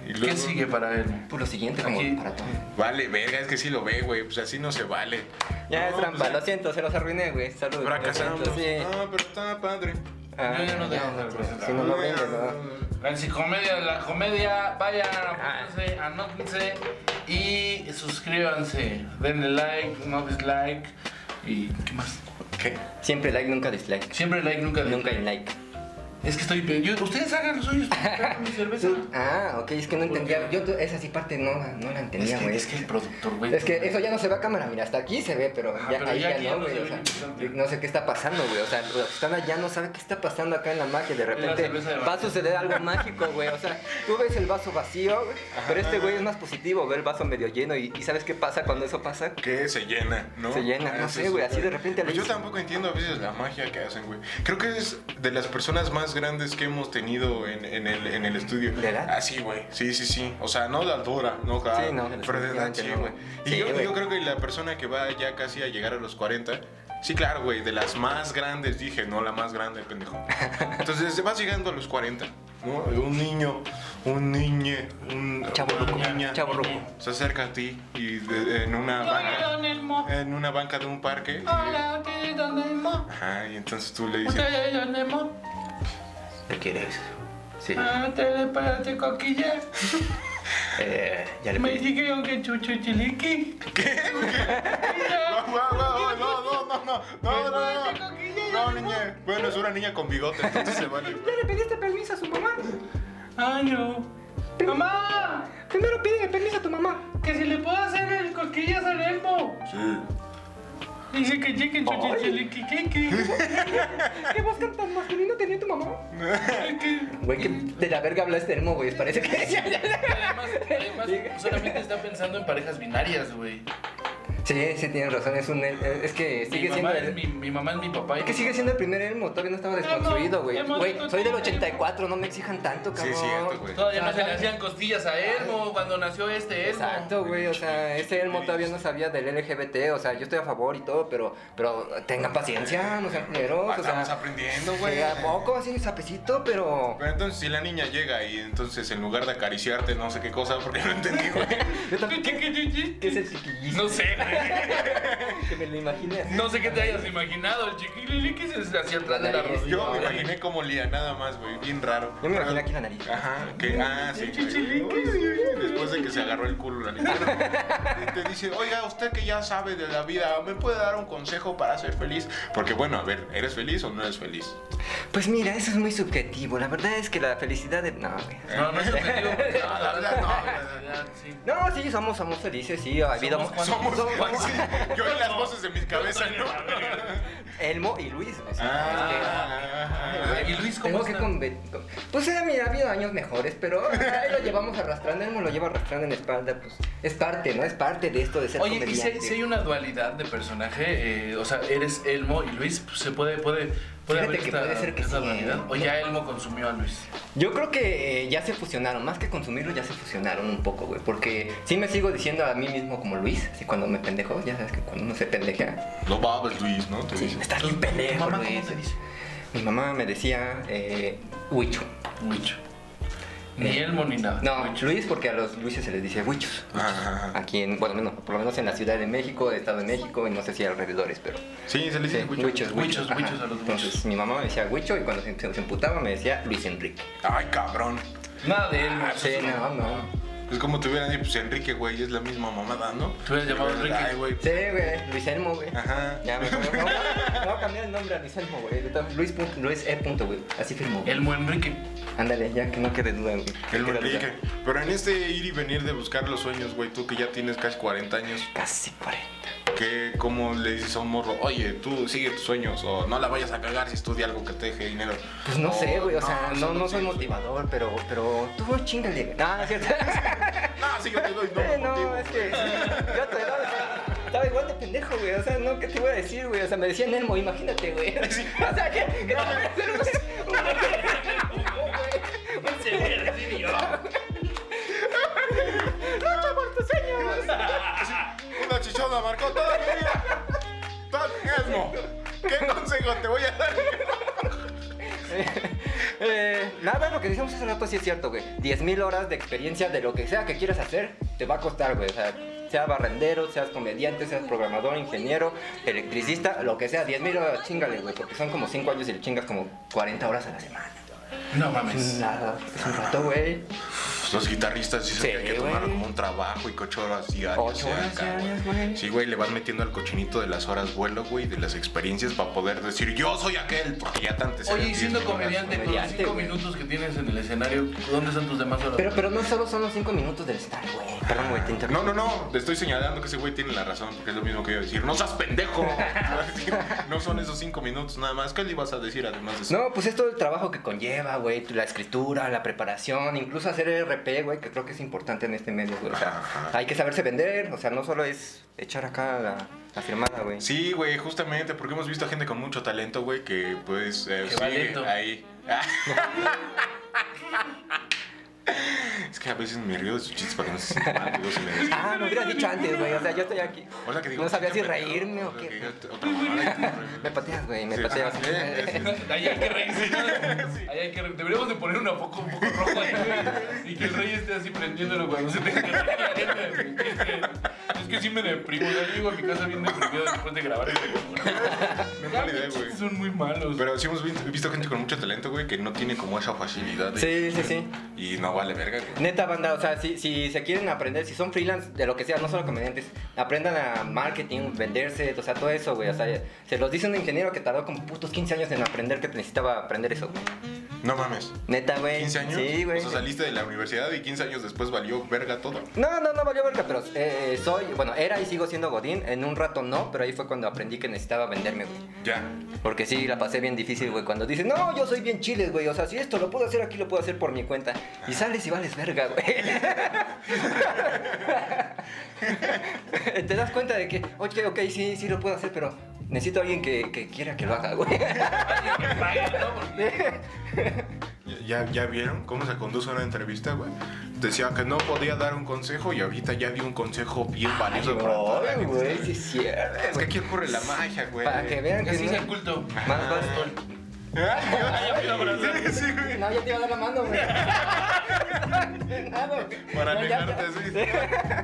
Y ¿Qué luego- sigue para él? Pues lo siguiente, como Aquí. para todo. Vale, verga, es que sí lo ve, güey. Pues así no se vale. Ya No, es trampa, pues, lo siento, se los arruiné, güey. Saludos. Fracasamos. Lo siento, Pues, sí. Ah, pero está padre. Ah, Yo ya no ya, tengo ya, representante. Si no lo brindes, ¿no? La psicomedia de la comedia, vayan, apúntense, anótense y suscríbanse. Denle like, no dislike y ¿qué más? ¿Qué? Siempre like, nunca dislike. Siempre like, nunca dislike. Nunca like. Es que estoy pidiendo. Ustedes hagan los suyos, traigan mi cerveza. Ah, ok, es que no entendía. Porque- Yo t- esa sí parte no, la- no la Es entendía, que, güey. es que el productor, güey. Es que eso ya no se ve a cámara, mira, hasta aquí se ve, pero Ajá, ya, pero ahí ya ya, aquí ya no, no güey. se o ve sea, interesante. no sé qué está pasando, güey. O sea, los que están allá no saben qué está pasando acá en la magia. De repente cerveza de va a vaso. suceder algo mágico, güey. O sea, tú ves el vaso vacío, güey, pero este güey es más positivo, ve el vaso medio lleno y, y ¿sabes qué pasa cuando eso pasa? Que se llena, ¿no? Ah, Se llena, no Ese sé, es güey, súper- así de repente Pues le- yo tampoco entiendo a veces la magia que hacen, güey. Creo que es de las personas más grandes que hemos tenido en, en el, en el estudio. ¿De edad? Ah, sí, güey. Sí, sí, sí. O sea, no de altura, no, claro. Sí, no, Pero de edad, definitivamente sí, no, güey. Y Sí, yo, güey. yo creo que la persona que va ya casi a llegar a los 40. Sí, claro, güey, de las más grandes, dije, no la más grande, pendejo. Entonces, vas llegando a los 40, ¿no? Un niño, un niñe, un Chavo una ruco, niña, chavo ruco. se acerca a ti y de- en una banca en una banca de un parque. Ajá, y entonces tú le dices, ¿Qué quieres? Sí. Ah, coquilla. Eh, ya Me dijeron que chucho chiliqui. no, no, no, no, no, no, no, no, no, no, no, niña. Bueno, es una niña con bigote, entonces se vale. ¿Le pediste permiso a su mamá? Ah, no. ¡Mamá! Primero pide permiso a tu mamá. Que si le puedo hacer el coquillas al elmo. Sí. Dice que chiquen chucho chiliqui. ¿Qué voz tan masculino tenía tu mamá? Güey, que de la verga habla este hermo, güey. Parece que... Además, además, solamente está pensando en parejas binarias, güey. Sí, sí, tienes razón. Es, un, el- es Mi que sigue siendo. mamá, el- es mi, mi mamá es mi papá. y Es que sigue siendo el primer Elmo, todavía no estaba desconstruido, güey. Güey, soy del 84, no me exijan tanto, Sí, cabrón. es cierto, güey. pues, Todavía no se le hacían costillas a Elmo cuando nació este Elmo. Exacto, güey, o sea, ese Elmo todavía no sabía del LGBT, o sea, yo estoy a favor y todo, pero, pero tengan paciencia, no sean culeros, o sea, Estamos aprendiendo, güey. eh, a poco, así, sapecito, pero Pero entonces si la niña llega y entonces en lugar de acariciarte no sé qué cosa, porque no entendí, güey. yo también, ¿qué, qué es el chiquillín? No sé, güey. Que me lo imaginé así. No sé qué te hayas imaginado. El chiquilili que se hacía atrás de la Nariz. rodilla. Yo me imaginé como lía, nada más, güey. Bien raro. Yo me imaginé aquí la nariz. Ajá, que, ah, sí. güey. Después de que se agarró el culo la niña. Y Te dice, oiga, usted que ya sabe de la vida, ¿me puede dar un consejo para ser feliz? Porque bueno, a ver, ¿eres feliz o no eres feliz? Pues mira, eso es muy subjetivo, la verdad es que la felicidad de... No, güey. Eh, No, no es objetivo. güey. No, la verdad, no. La verdad, sí. No, sí, somos, somos felices, sí, ha habido... Somos cuatro. Somos, sí, yo en las No. voces de mi cabeza, ¿no? Elmo y Luis, o sea, este, Ah, ¿Y Luis cómo Tengo que está? conven- con- Pues eh, mira, ha habido años mejores, pero ahí lo llevamos arrastrando, él me lo lleva arrastrando en la espalda, pues es parte, ¿no? Es parte de esto de ser Oye, y si, hay- comediante. si hay una dualidad de personaje, eh, o sea, eres Elmo y Luis, pues, se puede, puede, puede Fíjate haber que esta, puede ser que esta sí, dualidad. ¿eh? O ya Elmo consumió a Luis. Yo creo que eh, ya se fusionaron, más que consumirlo, ya se fusionaron un poco, güey, porque sí me sigo diciendo a mí mismo como Luis, así cuando me pendejo, ya sabes que cuando uno se pendejea, Lo babas, Luis, ¿no? Te sí, dice. estás ¿Tu- bien tu pendejo, mamá Luis. cómo te dice? Mi mamá me decía, eh, huicho. Mucho. Ni Elmo ni nada. Eh, No, Luis porque a los Luises se les dice huichos. Ah, ah, ah. Aquí en, bueno, no, por lo menos en la Ciudad de México, Estado de México, y no sé si alrededores, pero... Sí, se le dice Sí, huicho. huichos, Huichos, huichos, ajá. huichos a los Entonces, huichos. Mi mamá me decía huicho y cuando se, se- se emputaba me decía Luis Enrique. Ay, cabrón. Nada de Elmo. Ah, Sí, no, no. Es como te hubieran dicho, pues Enrique, güey, es la misma mamada, ¿no? Te hubieras llamado Enrique. Ay, güey. Sí, güey, Luis Elmo, güey. Ajá. Ya me acuerdo. No, no, voy a cambiar el nombre a Luis Elmo, güey. De todas- Luis, pu- Luis E. punto, güey. Así firmó. güey. Elmo Enrique. Ándale, ya que no quede duda, güey. El Que quede duda. Enrique. Pero en este ir y venir de buscar los sueños, güey, tú que ya tienes casi 40 años, Casi 40. que como le dices a un morro, oye, tú sigue tus sueños, o no la vayas a cagar si estudia algo que te deje dinero. Pues no O, sé, güey. O sea, eso no, no soy sirve. motivador, pero, pero tú chingale, güey. Ah, es cierto. No, "Ah, sí, yo te doy, no, Eh, no, no, es que yo a tu edad, o sea, estaba igual de pendejo, güey. O sea, no, ¿qué te voy a decir, güey? O sea, me decían Elmo, imagínate, güey. O sea, ¿qué, qué te voy a hacer, güey? Un Se señor. ve así, yo. ¡Lucha por tus sueños! Una chichona marcó toda mi vida. Tal Esmo, ¿qué consejo te voy a dar? Eh, nada, lo que decíamos hace rato sí es cierto, güey. 10.000 horas de experiencia de lo que sea que quieras hacer, te va a costar, güey. O sea, sea barrendero, seas comediante, seas programador, ingeniero, electricista, lo que sea, 10.000 horas, chingale, güey, porque son como 5 años y le chingas como 40 horas a la semana. No mames. Nada, es un rato, güey. Pues los guitarristas dicen Sí, que hay que tomarlo güey. como un trabajo y que ocho horas diarias. Ocho se horas haga, diarias, güey. Sí, güey, le vas metiendo al cochinito de las horas vuelo, güey, de las experiencias para poder decir yo soy aquel, porque ya tanto Oye, y siendo comediante, con los comediante, cinco güey. minutos que tienes en el escenario, ¿dónde están tus demás horas? Pero, pero no solo son los 5 minutos del estar, güey. Perdón, güey, te interrumpí. No, no, no, te estoy señalando que ese güey tiene la razón, porque es lo mismo que yo decir, no seas pendejo. no son esos cinco minutos nada más. ¿Qué le ibas a decir además de eso? No, pues es todo el trabajo que conlleva, güey, la escritura, la preparación, incluso hacer el RP, güey, que creo que es importante en este medio, güey. O sea, hay que saberse vender, o sea, no solo es echar acá la, la firmada, güey. Sí, güey, justamente, porque hemos visto a gente con mucho talento, güey, que pues eh, Que va sigue lento. ahí. es que a veces me río de sus chistes para que no se sientan mal, digo, si me des- Ah, me hubieras dicho antes, güey, o sea, yo estoy aquí. O sea, que digo, no sabía "Qué si pendejo", reírme o que qué. digo, otra mamada y- Me pateas, güey, me Sí, pateas. sí, sí, sí. Ahí hay que reírse. Ahí hay que reírse. Deberíamos de poner una foco un poco rojo ahí, güey. Y que el rey esté así prendiéndolo cuando se tenga que reír la gente. Es que- Es que sí me deprimo. Yo llego a mi casa bien deprimido después de grabar. este No es mala idea, güey. Son muy malos. Pero sí hemos vi- visto gente con mucho talento, güey, que no tiene como esa facilidad. de- Sí, sí, sí. Y no vale verga, güey. Neta banda, o sea, si, si se quieren aprender, si son freelance, de lo que sea, no solo comediantes, aprendan a marketing, venderse, o sea, todo eso, güey. O sea, se los dice un ingeniero que tardó como putos 15 años en aprender que necesitaba aprender eso, güey. No mames. Neta, güey. 15 años. Sí, güey. O sea, saliste de la universidad y 15 años después valió verga todo. No, no, no valió verga, pero eh, soy, bueno, era y sigo siendo Godín. En un rato no, pero ahí fue cuando aprendí que necesitaba venderme, güey. Ya. Porque sí, la pasé bien difícil, güey. Cuando dices, no, yo soy bien chiles, güey. O sea, si esto lo puedo hacer aquí, lo puedo hacer por mi cuenta. Y sales y vales verga, güey. Te das cuenta de que, oye, ok, sí, sí lo puedo hacer, pero necesito a alguien que, que quiera que lo haga, güey. Alguien que pague, ¿no? Porque ¿Ya, ya vieron cómo se conduce una entrevista, güey? Decía que no podía dar un consejo y ahorita ya dio un consejo bien valioso para toda la Ay, gente. güey, sí es cierto. Es que aquí ocurre la magia, güey. Para que vean que así no- sea culto. Más vale. Ay, Dios. Ah, ya me lo abracé. Sí, güey. No, yo te iba a dar la mano, güey. Nada, güey. Para No, ya- alejarte, sí.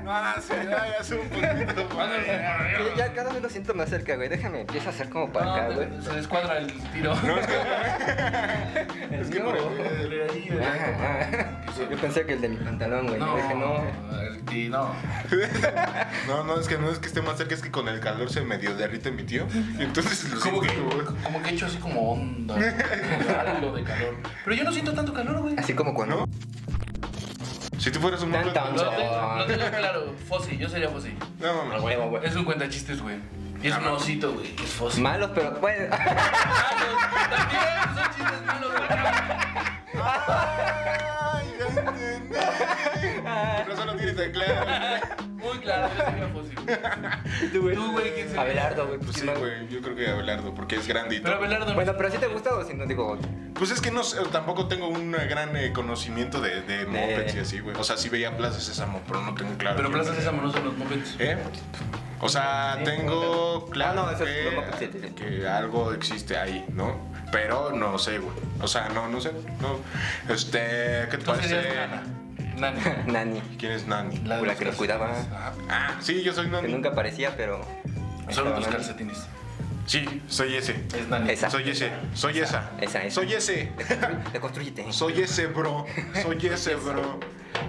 No, sí, ay, hace un puntito. güey. Ya, ya cada vez lo siento más cerca, güey. Déjame, empieza a hacer como para acá, güey. No, se descuadra el tiro. Es que por el- Le ahí, le- Ajá, ajá. Yo pensé que el de mi pantalón, güey. Ah. No, No. Dije, no. el ti- no. No, no, es que no es que esté más cerca, es que con el calor se medio derrite mi tío. Y entonces lo Como que, siento, güey. como que he hecho así como onda. Algo de calor. Pero yo no siento tanto calor, güey. Así como cuando. ¿No? Si tú fueras un Tan, monstruo, tan. no, Lo tengo, lo tengo claro. Fossi, yo sería Fossi. no, no. Huevo, güey. Es un cuentachistes, güey. Y es un osito, güey. Es Fossi. Malos, pero bueno. Malos, También son chistes malos, güey. Ay, ya entendí. Por eso no tienes tan claro. Muy claro, yo sería Fossi. Tú, Tú, güey, ¿quién sería? Abelardo, güey. Pues sí, güey, yo creo que Abelardo, porque es grande y Pero todo. Abelardo. Bueno, pero si te gusta o si no, digo. Pues es que no sé, tampoco tengo un eh, gran eh, conocimiento de, de mopeds y así, güey. O sea, sí veía Plaza Sésamo, pero no tengo claro. Pero quién Plaza era. Sésamo no son los mopeds. ¿Eh? O sea, tengo claro Ah, no, eso es que, lo más reciente. que algo existe ahí, ¿no? Pero no sé, güey. O sea, no, no sé. No. Este, ¿qué te Entonces parece? eres Nana. Nana. Nani. ¿Quién es Nani? La de La los que lo calcetines. cuidaba. Ajá. Ah, sí, yo soy Que Nani. nunca aparecía, pero. Solo estaba tus Nani. calcetines. Sí, soy ese. Es Nani. Esa. Soy ese. Soy esa. Esa, esa. Soy ese. Deconstrúyete. Soy ese bro, soy ese bro.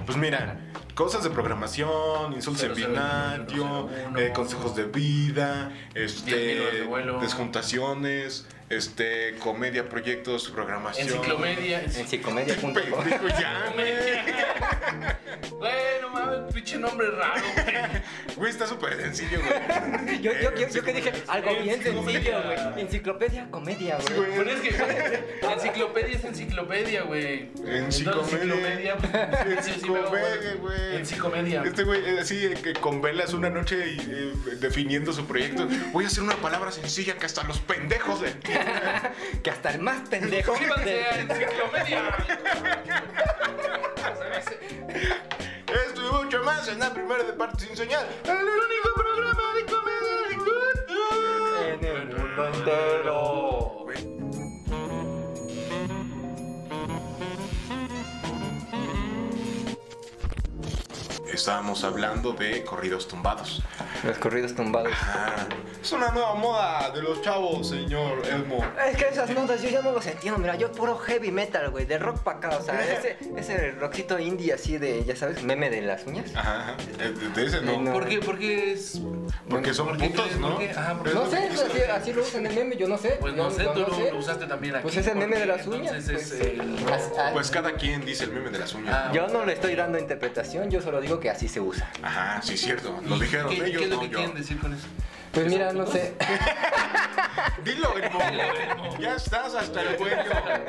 Pues mira, cosas de programación, insultos en 001, binario, 001, eh, consejos de vida, Diez mil este, horas de vuelo. desjuntaciones, este, comedia, proyectos, programación. Enciclomedia. En psicomedia.com. Pendejo, ya, güey. Güey, no mames, pinche nombre raro, güey. Güey, está súper sencillo, güey. Yo, yo, yo, Eh, yo que dije algo bien sencillo, Enciclopedia. güey. Enciclopedia, comedia, Sí, güey. güey. Pero es que, güey, enciclopedia es enciclopedia, güey. Enciclomedia. Enciclopedia, pues, sí, sí, me hago, Enciclopedia, güey. Enciclomedia. Este güey, así con velas una noche y, eh, definiendo su proyecto. Voy a hacer una palabra sencilla que hasta los pendejos de Que hasta el más pendejo. Suscríbanse a del- enciclomedia. Esto y mucho más en la primera de parte sin señal. El único programa de comedia de culto. En el mundo entero. Estábamos hablando de corridos tumbados. Los corridos tumbados. Ah, es una nueva moda de los chavos, señor Elmo. Es que esas notas yo ya no los entiendo, mira, yo puro heavy metal, güey, de rock pa' acá, o sea, ese, ese rockcito indie así de, ya sabes, meme de las uñas. Ajá, ajá. Eh, de, de ese no. No. Ah, ¿Por qué? ¿Por qué es...? Porque son ¿Por qué putos, crees? ¿no? ¿Por qué? Ajá, porque- Es No lo sé, que quise así, decir. así lo usan el meme, yo no sé. Pues no sé, tú no lo, sé. lo usaste también aquí. Pues es el meme de las porque uñas. Entonces pues, es el... as- as- Pues cada quien dice el meme de las uñas. Ah. Yo no le estoy dando interpretación, yo solo digo que así se usa. Ajá, sí, es cierto. Lo dijeron ¿Qué, ellos, ¿qué es lo no que yo. quieren decir con eso? Pues mira, no sé. Dilo, Elmo. ya estás hasta el cuello.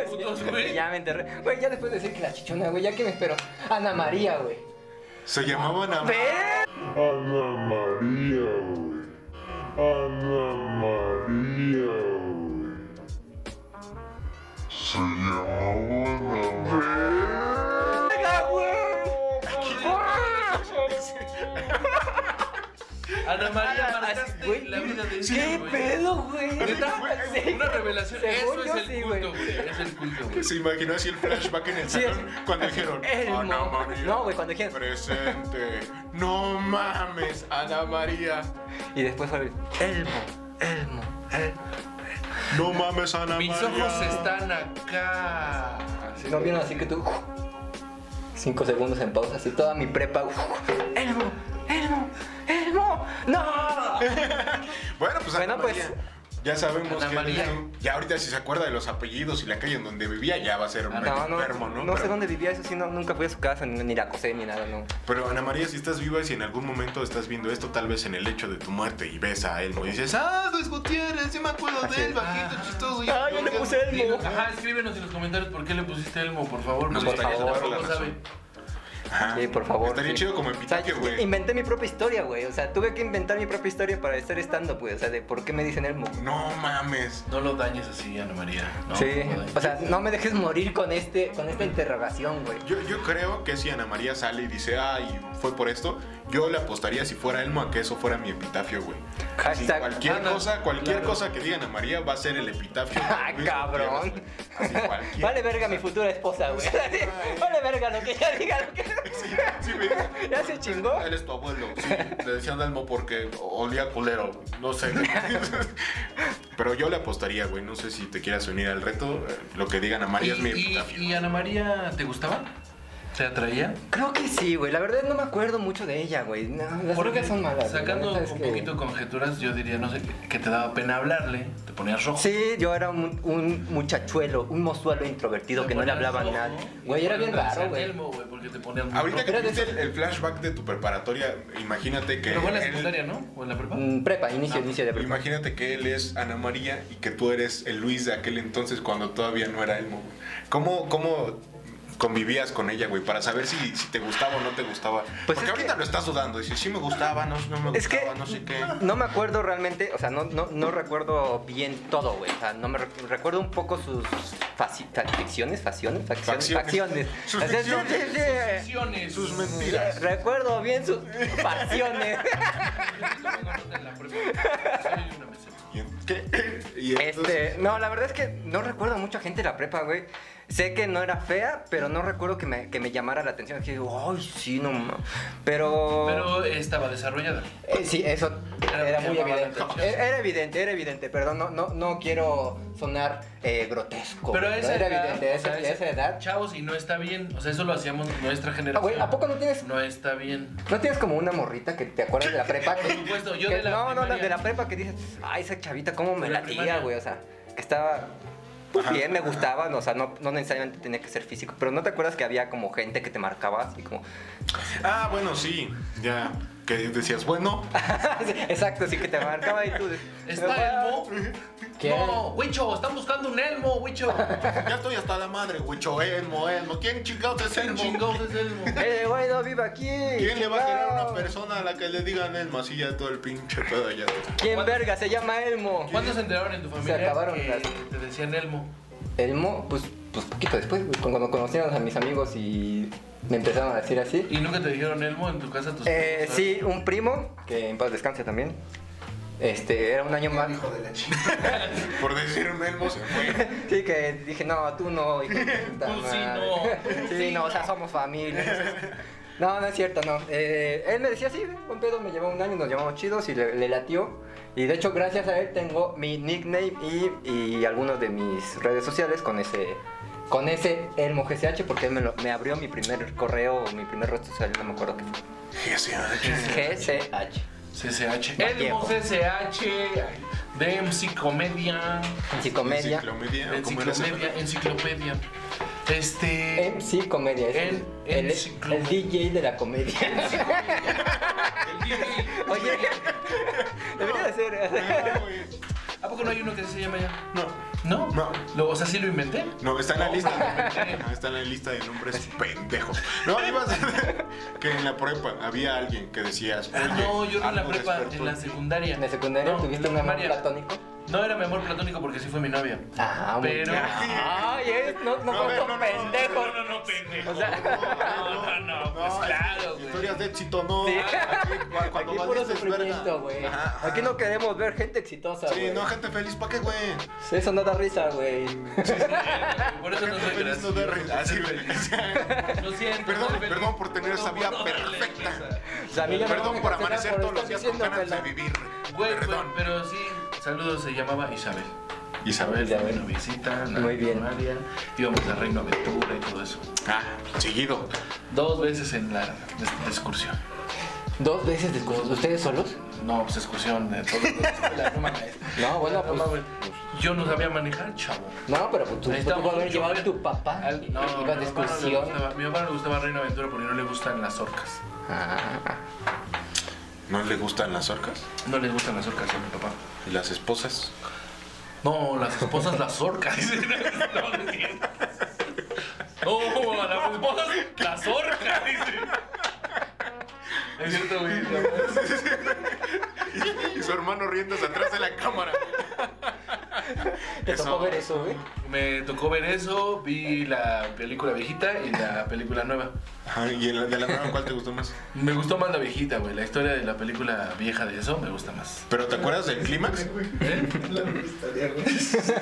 Putos, güey. ya me enterré. Güey, ya después de decir que la chichona, güey, ya que me espero. Ana María, güey. Se llamaban a... Ana María, güey. Ana María, güey. Se llamaba Ana Ana María, Ana- marcaste güey, la vida de ¿Qué ella, güey. pedo, güey? Neta, Sí. Una revelación. Según Eso yo es sí, el güey. culto, güey. Es el culto, güey. Se imaginó así el flashback en el Sí, salón es- cuando dijeron El Ana mo- María. No, güey, cuando dijeron- Presente. No mames, Ana María. Y después fue el- Elmo, Elmo, Elmo. No mames, Ana Mis María. ojos están acá. Así. ¿No vieron así que tú? uh, Cinco segundos en pausa, así toda mi prepa. uh, Elmo, Elmo, Elmo, no. Bueno, pues Ana Bueno, pues, María. Ya sabemos Ana que María. eres tú. Y ahorita si se acuerda de los apellidos y la calle en donde vivía, ya va a ser un No, no, enfermo, ¿no? no sé Pero- dónde vivía, eso sí, no, nunca fui a su casa, ni, ni la acosé, ni nada, no. Pero Ana María, si estás viva y si en algún momento estás viendo esto, tal vez en el hecho de tu muerte y ves a Elmo y dices, ah, Luis Gutiérrez, sí me acuerdo de él, bajito, chistoso. y- Ah, yo le puse Elmo. Ajá, escríbenos en los comentarios por qué le pusiste Elmo, por favor. Nos porque gustaría tampoco saber la sabe. razón. Ajá. Sí, por favor. Ah, Estaría sí. chido como O sea, epitafio, yo güey. inventé mi propia historia, güey. O sea, tuve que inventar mi propia historia para estar estando, güey. O sea, de por qué me dicen Elmo. No mames. No lo dañes así, Ana María. No, sí. Pues, no lo dañes. O sea, no me dejes morir con este, con esta interrogación, güey. Yo, yo creo que si Ana María sale y dice, ay, fue por esto, yo le apostaría si fuera Elmo a que eso fuera mi epitafio, güey. Así, Hashtag cualquier Ana, cosa, cualquier claro. cosa que diga Ana María va a ser el epitafio. de Ah, Luis cabrón. Gutiérrez, güey. Así, cualquier Vale verga cosa. mi futura esposa, güey. Vale verga lo que ella diga, lo que Sí, güey. ya se chingó. Él es tu abuelo, sí. Le decían Elmo porque olía culero. No sé. Pero yo le apostaría, güey. No sé si te quieras unir al reto. eh, Lo que digan a ¿Y, María es mi y- epitafio. y Ana María te gustaba? ¿Te atraía? Creo que sí, güey. La verdad no me acuerdo mucho de ella, güey. No, las Porque drogas son malas. güey. La Sacando neta es un que- poquito de conjeturas, yo diría, no sé, que, que te daba pena hablarle, te ponías rojo. Sí, yo era un, un muchachuelo, un mozuelo introvertido Te que no le ponías hablaba a rojo, nadie. y Güey, te era bien ponías raro, güey. enfermo, porque te ponías muy Ahorita que rojo. Era de tuviste el, esos- el flashback de tu preparatoria, imagínate que. Pero fue en la él- secundaria, ¿no? ¿O en la prepa? Mm, Prepa, inicio, inicio de prepa. Imagínate que él es Ana María y que tú eres el Luis de aquel entonces cuando todavía no era Elmo. güey. ¿Cómo, cómo convivías con ella, güey? Para saber si, si te gustaba o no te gustaba. Pues Porque es ahorita que- lo estás dudando. Dices, sí me gustaba, no, no me gustaba, Es que- no sé qué. No me acuerdo realmente, o sea, no, no, no recuerdo bien todo, güey. O sea, no me rec- recuerdo un poco sus faci- fa- ficciones, facciones, facciones, Facciones. facciones. Sus O sea, sí, ficciones. sí, sí. Acciones. Sus Re- mentiras. Recuerdo bien sus facciones. En la prepa. Soy una mesera. ¿Y en- ¿Qué? Y entonces- Este, no, la verdad es que no recuerdo mucha gente de la prepa, güey. Sé que no era fea, pero no recuerdo que me, que me llamara la atención. Que digo, ay, sí, no ma-". Pero. Pero estaba desarrollada. Eh, sí, eso Era- era, muy llamaba la evidente. E-, atención. Era, era evidente, era evidente. Perdón, no, no, no quiero sonar eh, grotesco. Pero güey, esa era edad, evidente. o sea, Esa, esa edad. Chavos, y no está bien. O sea, eso lo hacíamos nuestra Ah, generación. güey, ¿a poco no tienes, No está bien. no tienes como una morrita que te acuerdas de la prepa? Por que- supuesto, yo que- de la no, no, primaria. de la prepa que dices, ay, esa chavita, cómo me De la latía, primaria. güey. O sea, que estaba. pues, bien, me gustaba, no, o sea, no, no necesariamente tenía que ser físico, pero ¿no te acuerdas que había como gente que te marcaba así como... Ah, bueno, sí. Ya. Que decías, bueno. Exacto, sí que te marcaba y tú... ¿Está Elmo? ¿Quién? No, Wicho, están buscando un Elmo, Wicho. Ya estoy hasta la madre, güey. Elmo, Elmo. ¿Quién chingados es ¿Quién Elmo? chingados es Elmo? Eh, güey, no viva aquí. ¿Quién le va a querer a una chingao. persona a la que le digan Elmo? Así ya todo el pinche pedo ya. ¿Quién verga? Se llama Elmo. ¿Cuándo se enteraron en tu familia acabaron que las- te decían Elmo? Elmo, pues, pues poquito después, güey, cuando conocieron a mis amigos y me empezaron a decir así. ¿Y pues, nunca te dijeron Elmo en tu casa? Tus Eh, primos, sí, un primo, que en paz descanse también. Este, era un año más. Hijo de la chica. Por decir un Elmo se fue. Sí, que dije, no, tú no, hijo de puta Tú sí madre". no, tú Sí, sí no, o sea, somos familia. No, no es cierto, no. Eh, él me decía así, con pedo me llevó un año, nos llevamos chidos y le, le latió. Y de hecho, gracias a él tengo mi nickname y, y algunos de mis redes sociales con ese. Con ese Elmo GCH, porque él me, lo- me abrió mi primer correo, mi primer red social, no me acuerdo qué fue. ah, GCH. CCH. Va Elmo, viejo. CCH, DMC Comedia. MC Comedia. Enciclomedia. ¿cómo era ese Enciclomedia, enciclomedia. Este. MC Comedia. es El- el, el, enciclo- DJ de la comedia. El DJ. Oye, debería de ser. pedo? No, güey. ¿A poco no hay uno que se llama ya? No. ¿No? No. Lo- o sea, sí lo inventé. No, está en la No, lista. hombre. No, está en la lista de nombres pendejos. No, ibas a decir que en la prepa había alguien que decías. Ah, no, yo no en la algo prepa, despertó en la secundaria. ¿En la secundaria No, en tuviste la un amor primaria. platónico? No era mi amor platónico porque sí fue mi novia. Ah, muy Pero- bien. Ay, es, no, no, No, a ver, son no, no, pendejos. no, no, pendejo. O sea- no, no, no, pues claro, güey. Historias de éxito, no. Sí. Aquí, cu- cuando Aquí puro valiste es verga. sufrimiento, güey. Ajá, ajá. Aquí no queremos ver gente exitosa, Sí, güey. no, gente feliz, ¿para qué, güey? Eso no da risa, güey. Por eso no Gente soy feliz no da risa. Así, Ah, güey. Lo siento. Perdón, soy feliz. perdón por tener esa vida por no darle perfecta. risa. O sea, a mí ya me van Perdón a por cancelar amanecer por todos los estar días con ganas de diciéndolo. vivir. Güey, güey, Perdón. pero sí, saludos, se llamaba Isabel. Isabel, fue mi Isabel. noviecita, en la Muy bien. primaria. Íbamos a Reino Aventura y todo eso. Ah, seguido. Dos veces en la des- excursión. Dos veces después. ¿Ustedes solos? No, pues excursión de todos los de la escuela, no mames. No, bueno, No pues. mames. Yo no sabía manejar, chavo. No, pero pues, tú, Ahí tú estamos, pudo haber yo- llevado a tu papá. Al- No, mi Ibas de papá no le excursión. gustaba- mi papá no le gustaba Reino Aventura porque no le gustan las orcas. Ah, ¿No le gustan las orcas? No les gustan las orcas a mi papá. ¿Y las esposas? No, las esposas las orcas. No, no es cierto. No, a las esposas las orcas. dice. Es cierto, güey. la verdad. Y su hermano riéndose atrás de la cámara. te Eso. tocó ver eso, güey. Me tocó ver eso, vi la película viejita y la película nueva. Ajá, Ah, ¿Y el de la nueva cuál te gustó más? Me gustó más la viejita, güey. La historia de la película vieja de eso me gusta más. ¿Pero te acuerdas del clímax? ¿Eh? La gustaría, güey.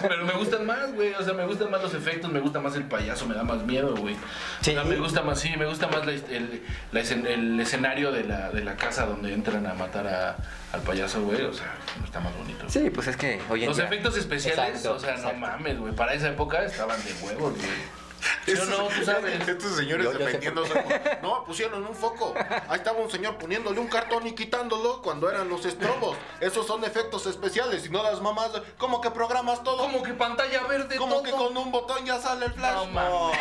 Pero me gustan más, güey. O sea, me gustan más los efectos, me gusta más el payaso, me da más miedo, güey. Sí. O sea, me gusta más, sí, me gusta más la- el, la escen- el escenario de la, de la casa donde entran a matar a- al payaso, güey. O sea, está más bonito. Sí, pues es que hoy en Los día- efectos especiales, Exacto, o sea, exacto. no mames, güey. Para esa época estaban de huevos, güey. Yo no, tú sabes. Estos señores Yo- yo sé defendiéndose. No, pusieron un foco. Ahí estaba un señor poniéndole un cartón y quitándolo cuando eran los estrobos. Esos son efectos especiales y no las mamás. ¿Cómo que programas todo? Como que pantalla verde, Como todo. que con un botón ya sale el flash? No, No,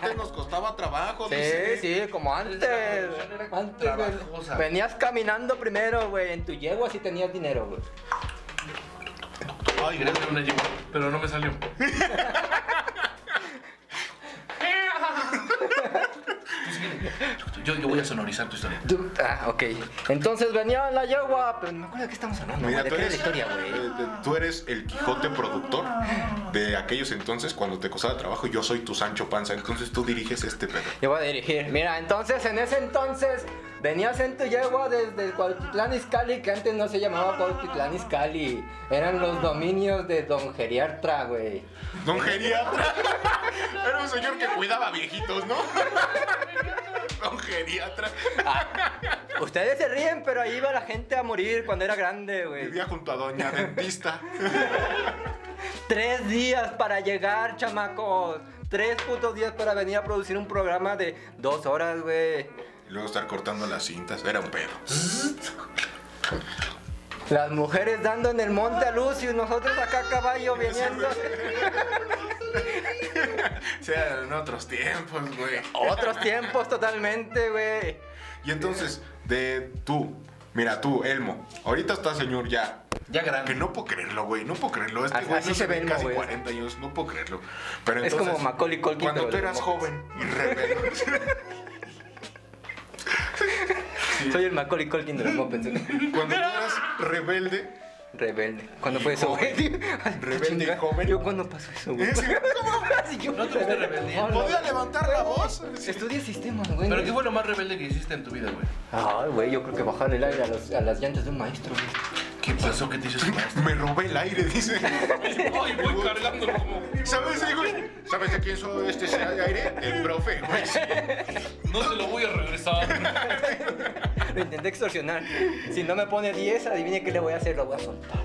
antes nos costaba trabajo. Sí, dice. sí, como antes. Era Antes, güey. trabajosa. Venías caminando primero, güey, en tu yegua si tenías dinero, güey. Ay, Quería hacer una yegua, pero no me salió. Yo, yo voy a sonorizar tu historia. Tú- Ah, ok. Entonces venía en la yegua, pero no me acuerdo de qué estamos hablando, güey. Mira, ¿De tú qué es eres, la historia, eh, güey? de- tú eres el Quijote productor de aquellos entonces cuando te costaba trabajo. Yo soy tu Sancho Panza, entonces tú diriges este pedo. Yo voy a dirigir. Mira, entonces en ese entonces venías en tu yegua desde Cuautitlán Izcalli, que antes no se llamaba Cuautitlán Izcalli. Eran los dominios de Don Geriartra, güey. Don geriatra. Era un señor que cuidaba viejitos, ¿no? Don geriatra. Ustedes se ríen, pero ahí iba la gente a morir cuando era grande, güey. Vivía junto a doña dentista. Tres días para llegar, chamacos. Tres putos días para venir a producir un programa de dos horas, güey. Y luego estar cortando las cintas. Era un pedo. Las mujeres dando en el monte a luz y nosotros acá a caballo viniendo. O sea, en otros tiempos, güey. Otros tiempos totalmente, güey. Y entonces, de tú. Mira, tú, Elmo. Ahorita está señor ya Ya Que grande. no puedo creerlo, güey. No puedo creerlo. Este Así- güey así no se ve Elmo, casi güey. 40 años. No puedo creerlo. Pero Es entonces, como Macaulay Culkin, Cuando pero tú de eras Elmo. joven y rebelde. Soy el Macaulay Culkin de los Muppets. güey. cuando tú eras rebelde. Rebelde. ¿Cuándo Y fue eso, güey? joven. Rebelde y Chinga, joven. ¿Yo cuándo pasó eso, güey? ¿Sí? ¿Cómo? Sí, yo- ¿No tuviste rebeldía? No, no. ¿Podía levantar la voz? Sí. Estudia sistemas, güey. Pero ¿qué fue lo más rebelde que hiciste en tu vida, güey? Ay, güey, yo creo que bajar el aire a, los- a las llantas de un maestro, güey. ¿Qué pasó que te hizo ese maestro? Me robé el aire, dice. Ay, voy cargándolo como... ¿Sabes, hijo? ¿Sabes de quién soy este sea de aire? El profe, güey. Sí. No se lo voy a regresar. Lo intenté extorsionar. Si no me pone 10, adivine qué le voy a hacer, lo voy a soltar.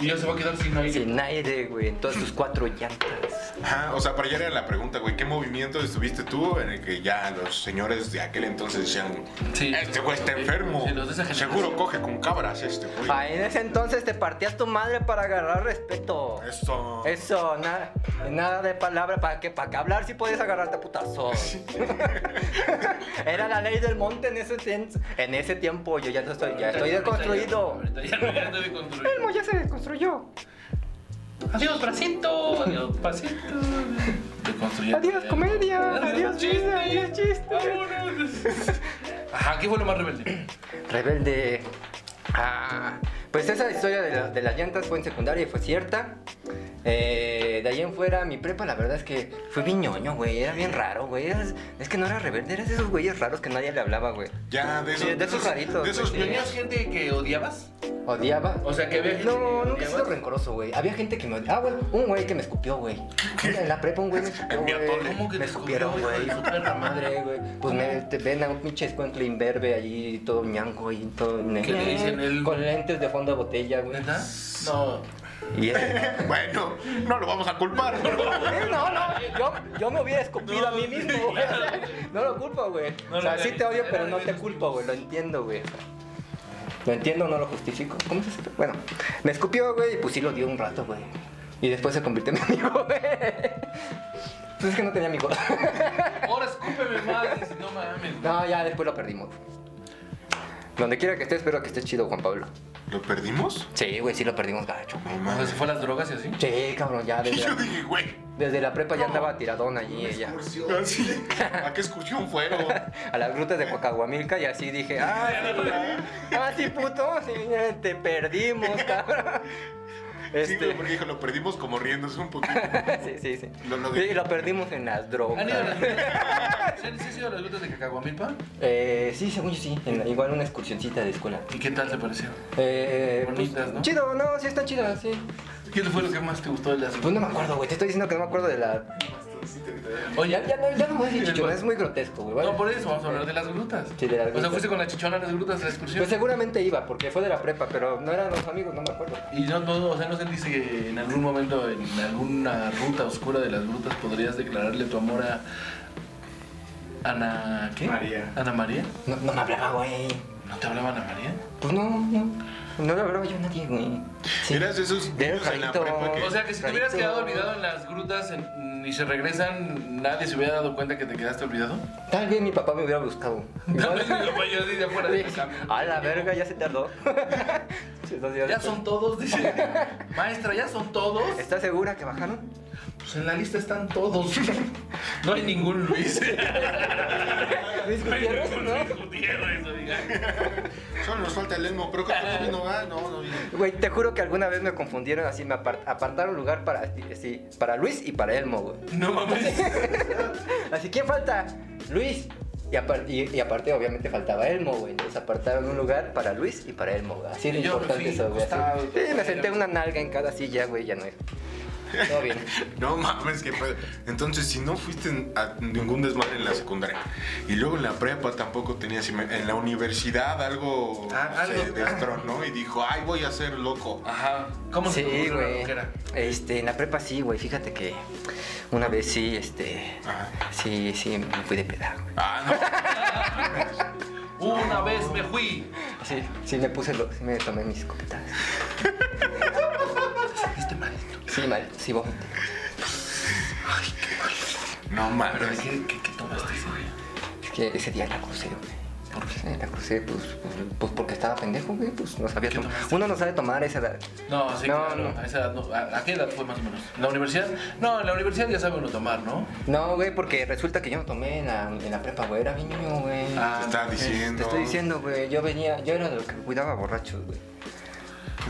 Y ya se va a quedar sin aire. Sin aire, güey, en todas sus cuatro llantas. Ajá, o sea, para allá era la pregunta, güey. ¿Qué movimiento estuviste tú en el que ya los señores de aquel entonces decían, Sí. este güey está enfermo? Sí, los de esa generación. Seguro coge con cabras este güey. Ahí Ah, en ese entonces te partías tu madre para agarrar respeto. Esto. Eso, nada, nada de palabra, ¿para qué? ¿Para qué hablar si podías agarrarte a putazos? Era la ley del monte en ese, tien- en ese tiempo, yo ya no estoy, ya estoy deconstruido. Ahorita ya, ahorita ya no, ya estoy deconstruido. Elmo ya se desconstruyó. Adiós, bracito. Adiós, pasito. Deconstruyendo. Adiós, comedia. Adiós, vida. Adiós, chiste. Vámonos. Ajá, ¿qué fue lo más rebelde? Rebelde. Ah, pues esa historia de, la- de las llantas fue en secundaria y fue cierta. Eh, de ahí en fuera, mi prepa, la verdad es que fue bien ñoño, güey. Era bien raro, güey. eras- es que no era rebelde, eras de esos güeyes raros que nadie le hablaba, güey. Ya, de Sí, esos. de esos raritos, De esos güey, sí. ñoños. gente que odiabas? Odiaba. O sea, que había gente No, que nunca he sido odiabas. rencoroso, güey. Había gente que me odiaba. Ah, güey, un güey que me escupió, güey. En la prepa un güey me escupió, En mi atole. güey. ¿Cómo que me te escupió, escupieron, hijo de güey. su perra madre? madre, güey. Pues me te ven a un pinche escuencle imberbe allí, todo ñango y todo... ¿Qué le dicen él? Con lentes de fondo de botella, güey. ¿Neta? No. Y él- Bueno, no lo vamos a culpar. Eh, No, no, yo, yo me hubiera escupido a mí mismo, güey. No lo culpo, güey. No lo o sea, sí te odio, realizo. pero no te culpo, güey. Lo entiendo, güey. Lo entiendo, no lo justifico. ¿Cómo se hace? Bueno, me escupió, güey, y pues sí lo dio un rato, güey. Y después se convirtió en mi amigo, güey. Pues es que no tenía amigo. Ahora escúpeme más. dice, No mames. No, ya después lo perdimos. Donde quiera que esté, espero que esté chido, Juan Pablo. ¿Lo perdimos? Sí, güey, sí lo perdimos, gacho. No O sea, mames. se pues, fue a las drogas y así. Sí, cabrón, ya Y desde yo la, dije, güey. desde la prepa ya andaba tiradón allí ella. así, ¿A qué excursión fueron? A las grutas de Cocahuamilca y así dije, ah, sí, ah, sí, puto, sí, te perdimos, cabrón. Sí, güey, Este, porque dijo, lo perdimos como riéndose un poquito. sí, sí, sí. Lo logré. Sí, lo perdimos en las drogas. ¿Han ido a las grutas? ¿Se han- ¿Se han ido a las grutas de Cacahuamilpa? Eh, sí, según yo sí, en- igual una excursioncita de escuela. ¿Y qué tal te pareció? Eh, Bonitas, pues, ¿no? Chido, no, sí están chidas, sí. ¿Qué fue lo que más te gustó de las Pues no me acuerdo, güey, te estoy diciendo que no me acuerdo de la... Oye, Ya, ya, no, ya no voy a decir chichona, es muy grotesco, güey. ¿vale? No, por eso vamos a hablar de las grutas. Sí, de las O sea, grutas. fuiste con la chichona a las grutas, a la excursión. Pues seguramente iba, porque fue de la prepa, pero no eran los amigos, no me acuerdo. Y no, no, o sea, no sentiste que en algún momento, en alguna ruta oscura de las grutas, podrías declararle tu amor a. Ana. ¿Qué? María. Ana María. No, no me hablaba, güey. ¿No te hablaba Ana María? Pues no, no. No le hablaba yo a nadie, güey. Sí. Eras de esos De niños en la rarito. prepa que- O sea, que si te hubieras Clarito. quedado olvidado en las grutas en- y se regresan, nadie se hubiera dado cuenta que te quedaste olvidado. Tal vez mi papá me hubiera buscado. Tal vez mi papá ya así de afuera de mi cama. A la verga, ya se tardó. Entonces, Ya son todos, dice. Maestra, ya son todos. ¿Estás segura que bajaron? Pues en la lista están todos. No hay ningún Luis. Luis Gutiérrez, ¿no? Luis Gutiérrez, oiga. Solo nos falta el Elmo, pero creo que todavía no va. No, no viene. Güey, te juro que alguna vez me confundieron así, me apar- apartaron lugar para, sí, para Luis y para Elmo, güey. No mames. Así, ¿quién falta? Luis. Y, apar- y- y aparte, obviamente, faltaba Elmo, güey. Entonces apartaron un lugar para Luis y para Elmo, güey. Así era Y yo pues, me importante fui eso, güey. así. acostado, Sí, me güey. senté una nalga en cada silla, güey, ya no es. Todo bien. No mames, que pedo. Entonces, si no fuiste a ningún desmadre en la secundaria y luego en la prepa tampoco tenías, ima- en la universidad algo Ah, se algo. destronó y dijo, ay, voy a ser loco. Ajá. ¿Cómo se Sí, te ocurre la güey. loquera? Este, en la prepa sí, güey. Fíjate que una vez sí, este. Ajá. Sí, sí, me fui de peda, güey. Ah, Una vez me fui. Sí, sí, me puse lo. Sí, me tomé mis copitas. Este maestro. Sí, mal, sí, vomité. no, no ¿Pero de mames. qué, qué, qué tomaste ese día? Es que ese día la crucé, güey. ¿Por qué? La crucé, pues, pues, pues porque estaba pendejo, güey. Pues no sabía ¿Qué tomar. tomaste? Uno no sabe tomar esa edad. No, sí, No, claro. no. A, esa edad no. ¿A- a qué edad fue más o menos? ¿En la universidad? No, en la universidad ya sabe uno tomar, ¿no? No, güey, porque resulta que yo no tomé en la, en la prepa, güey. Era mi niño, güey. Ah, Te está no, diciendo. Te estoy diciendo, güey. Yo venía, yo era de los que cuidaba borrachos, güey.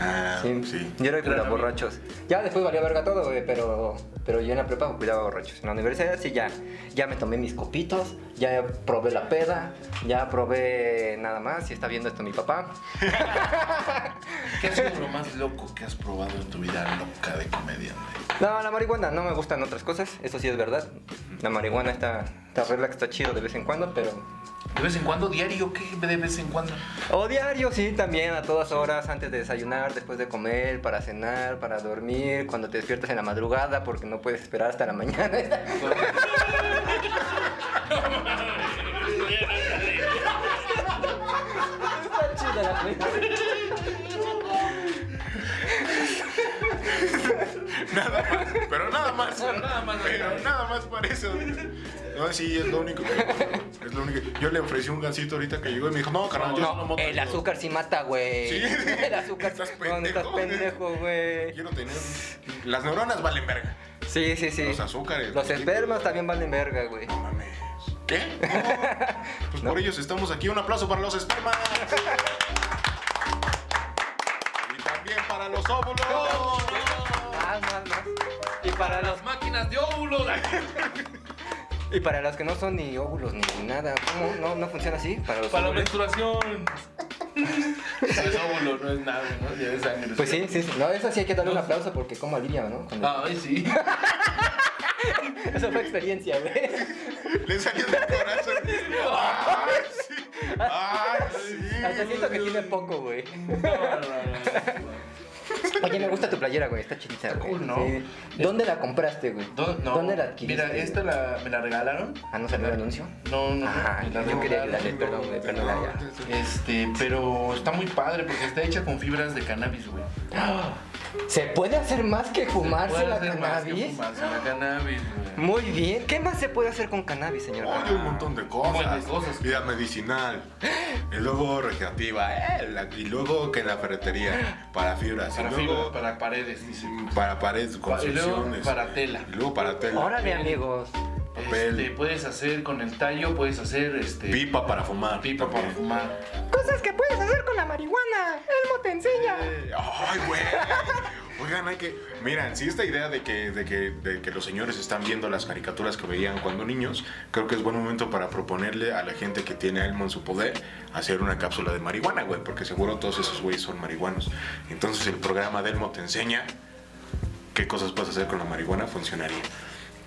Ah, Sí, sí. Yo era Gran el cuidaba amigo. borrachos. Ya después valía verga todo, güey, pero, pero yo en la prepa cuidaba borrachos. En la universidad sí ya, ya me tomé mis copitos, ya probé la peda, ya probé nada más. Si está viendo esto mi papá. ¿Qué ha sido lo más loco que has probado en tu vida loca de comediante? No, la marihuana no me gustan otras cosas, eso sí es verdad. La marihuana está, está relax, está chido de vez en cuando, pero... ¿De vez en cuando? ¿Diario? ¿Qué de vez en cuando? O diario, sí, también a todas horas, antes de desayunar, después de comer, para cenar, para dormir, cuando te despiertas en la madrugada porque no puedes esperar hasta la mañana. Está chida la peda. Nada más, pero nada más. Pero nada más, Pero güey. nada más para eso. No, sí, es lo único. que- Es lo único. Yo le ofrecí un gancito ahorita que llegó y me dijo, no, carnal, yo solo No, moto. el azúcar sí mata, güey. Sí. El azúcar Estás No, no estás pendejo. pendejo, güey. Quiero tener. Las neuronas valen verga. Sí, sí, sí. Los azúcares. Los espermas también valen verga, güey. No mames. ¿Qué? No. Pues por ellos estamos aquí. Un aplauso para los espermas. Y también para los óvulos. Más, más, más. Y para los, máquinas de óvulos. y para los que no son ni óvulos ni nada, ¿cómo? No, no funciona así. Para los Para la hombres. menstruación. No es óvulo, no es nada, ¿no? Ya es sangre. Pues sí, sí, sí. No, eso sí hay que darle un aplauso porque como alivia, ¿no? Cuando- Ay, sí. Esa fue experiencia, güey. Le salió del corazón. ¡Ay, sí! ¡Ay, sí! Hasta siento que tiene poco, güey. No, no, no, no. Oye, me gusta tu playera, güey. Está chidita, Está güey. cool, ¿no? Sí. ¿Dónde la compraste, güey? ¿Dó- no? ¿Dónde la adquiriste? Mira, esta la, me la regalaron. Ah, ¿no salió el anuncio? No, no, Ajá, me la yo quería que la regalaron, perdón, güey, perdón, ya. Este, pero está muy padre porque está hecha con fibras de cannabis, güey. ¿Se puede hacer más que fumarse Puedes la hacer más que cannabis? fumarse la cannabis, güey. Muy bien. ¿Qué más se puede hacer con cannabis, señor? Oye, un montón de cosas. Buenas cosas. Vida medicinal. Y luego recreativa. eh, la- y luego que la ferretería. Para fibras. Para y luego fibras, para paredes, dice. para paredes, construcciones. para tela. Y luego para tela. Órale, amigos. Papel. Este, puedes hacer con el tallo, puedes hacer este. Pipa para fumar. pipa para también. fumar. Cosas que puedes hacer con la marihuana. Elmo te enseña. Eh, Ay, güey. Oigan, hay que. Miren, si esta idea de que, de, que, de que los señores están viendo las caricaturas que veían cuando niños, creo que es buen momento para proponerle a la gente que tiene a Elmo en su poder hacer una cápsula de marihuana, güey, porque seguro todos esos güeyes son marihuanos. Entonces, el programa de Elmo te enseña qué cosas puedes hacer con la marihuana funcionaría.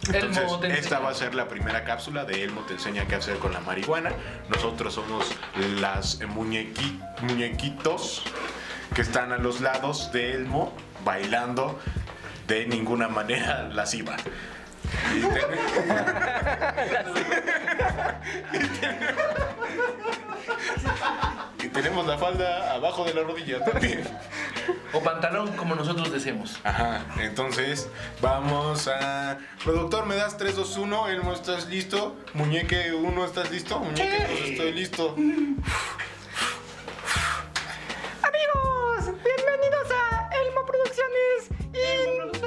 Entonces, Elmo te enseña. esta va a ser la primera cápsula de Elmo te enseña qué hacer con la marihuana. Nosotros somos las muñequi- muñequitos que están a los lados de Elmo bailando de ninguna manera lasciva. Y ten- Y tenemos la falda abajo de la rodilla también. O pantalón, como nosotros decimos. Ajá, entonces vamos a. Productor, me das 3, 2, 1. Elmo, ¿estás listo? Muñeque 1, ¿estás listo? Muñeque 2, estoy listo. Amigos, bienvenidos a Elmo Producciones y no te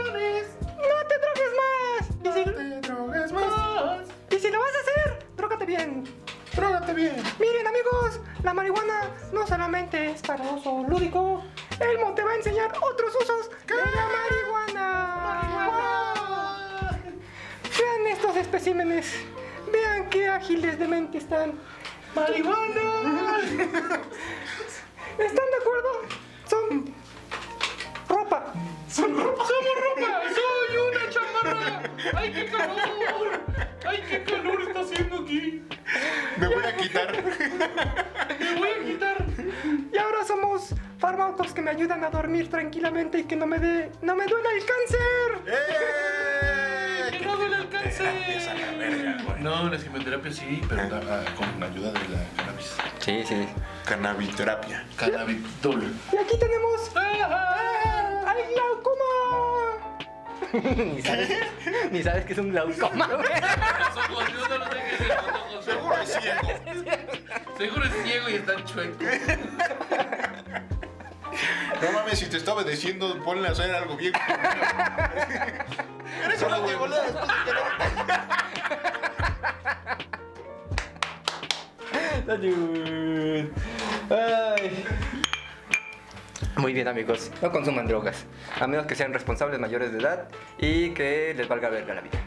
drogues más. Y si, y si lo vas a hacer, drógate bien. Trógate bien. Miren amigos, la marihuana no solamente es para uso lúdico. Elmo te va a enseñar otros usos de la marihuana. Vean estos especímenes. Vean qué ágiles de mente están. ¡Marihuana! ¿Están de acuerdo? Son ropa. ¡Somos ropa! ¡Soy una chamarra! ¡Ay, qué calor! ¡Ay, qué calor está haciendo aquí! Me voy a quitar. ¡Me voy a quitar! Y ahora somos fármacos que me ayudan a dormir tranquilamente y que no me dé, no me duela el cáncer. ¡Eh! ¡Que no duele el Terapias a la verga, güey. No, la quimioterapia sí, pero la- ah, con la ayuda de la cannabis. Sí, sí. Cannabiterapia. Cannabidol. Y aquí tenemos Ah, al glaucoma. Ni sabes, ni sabes que es un glaucoma, güey. Los ojos, yo no lo sé qué es el ojo. Seguro es ciego. Seguro es ciego y está chueco. No mames, si te está obedeciendo, ponle a hacer algo bien. Eres un antibolada después de que no- Salud. Ay. Muy bien, amigos. No consuman drogas. A menos que sean responsables mayores de edad y que les valga verga la vida.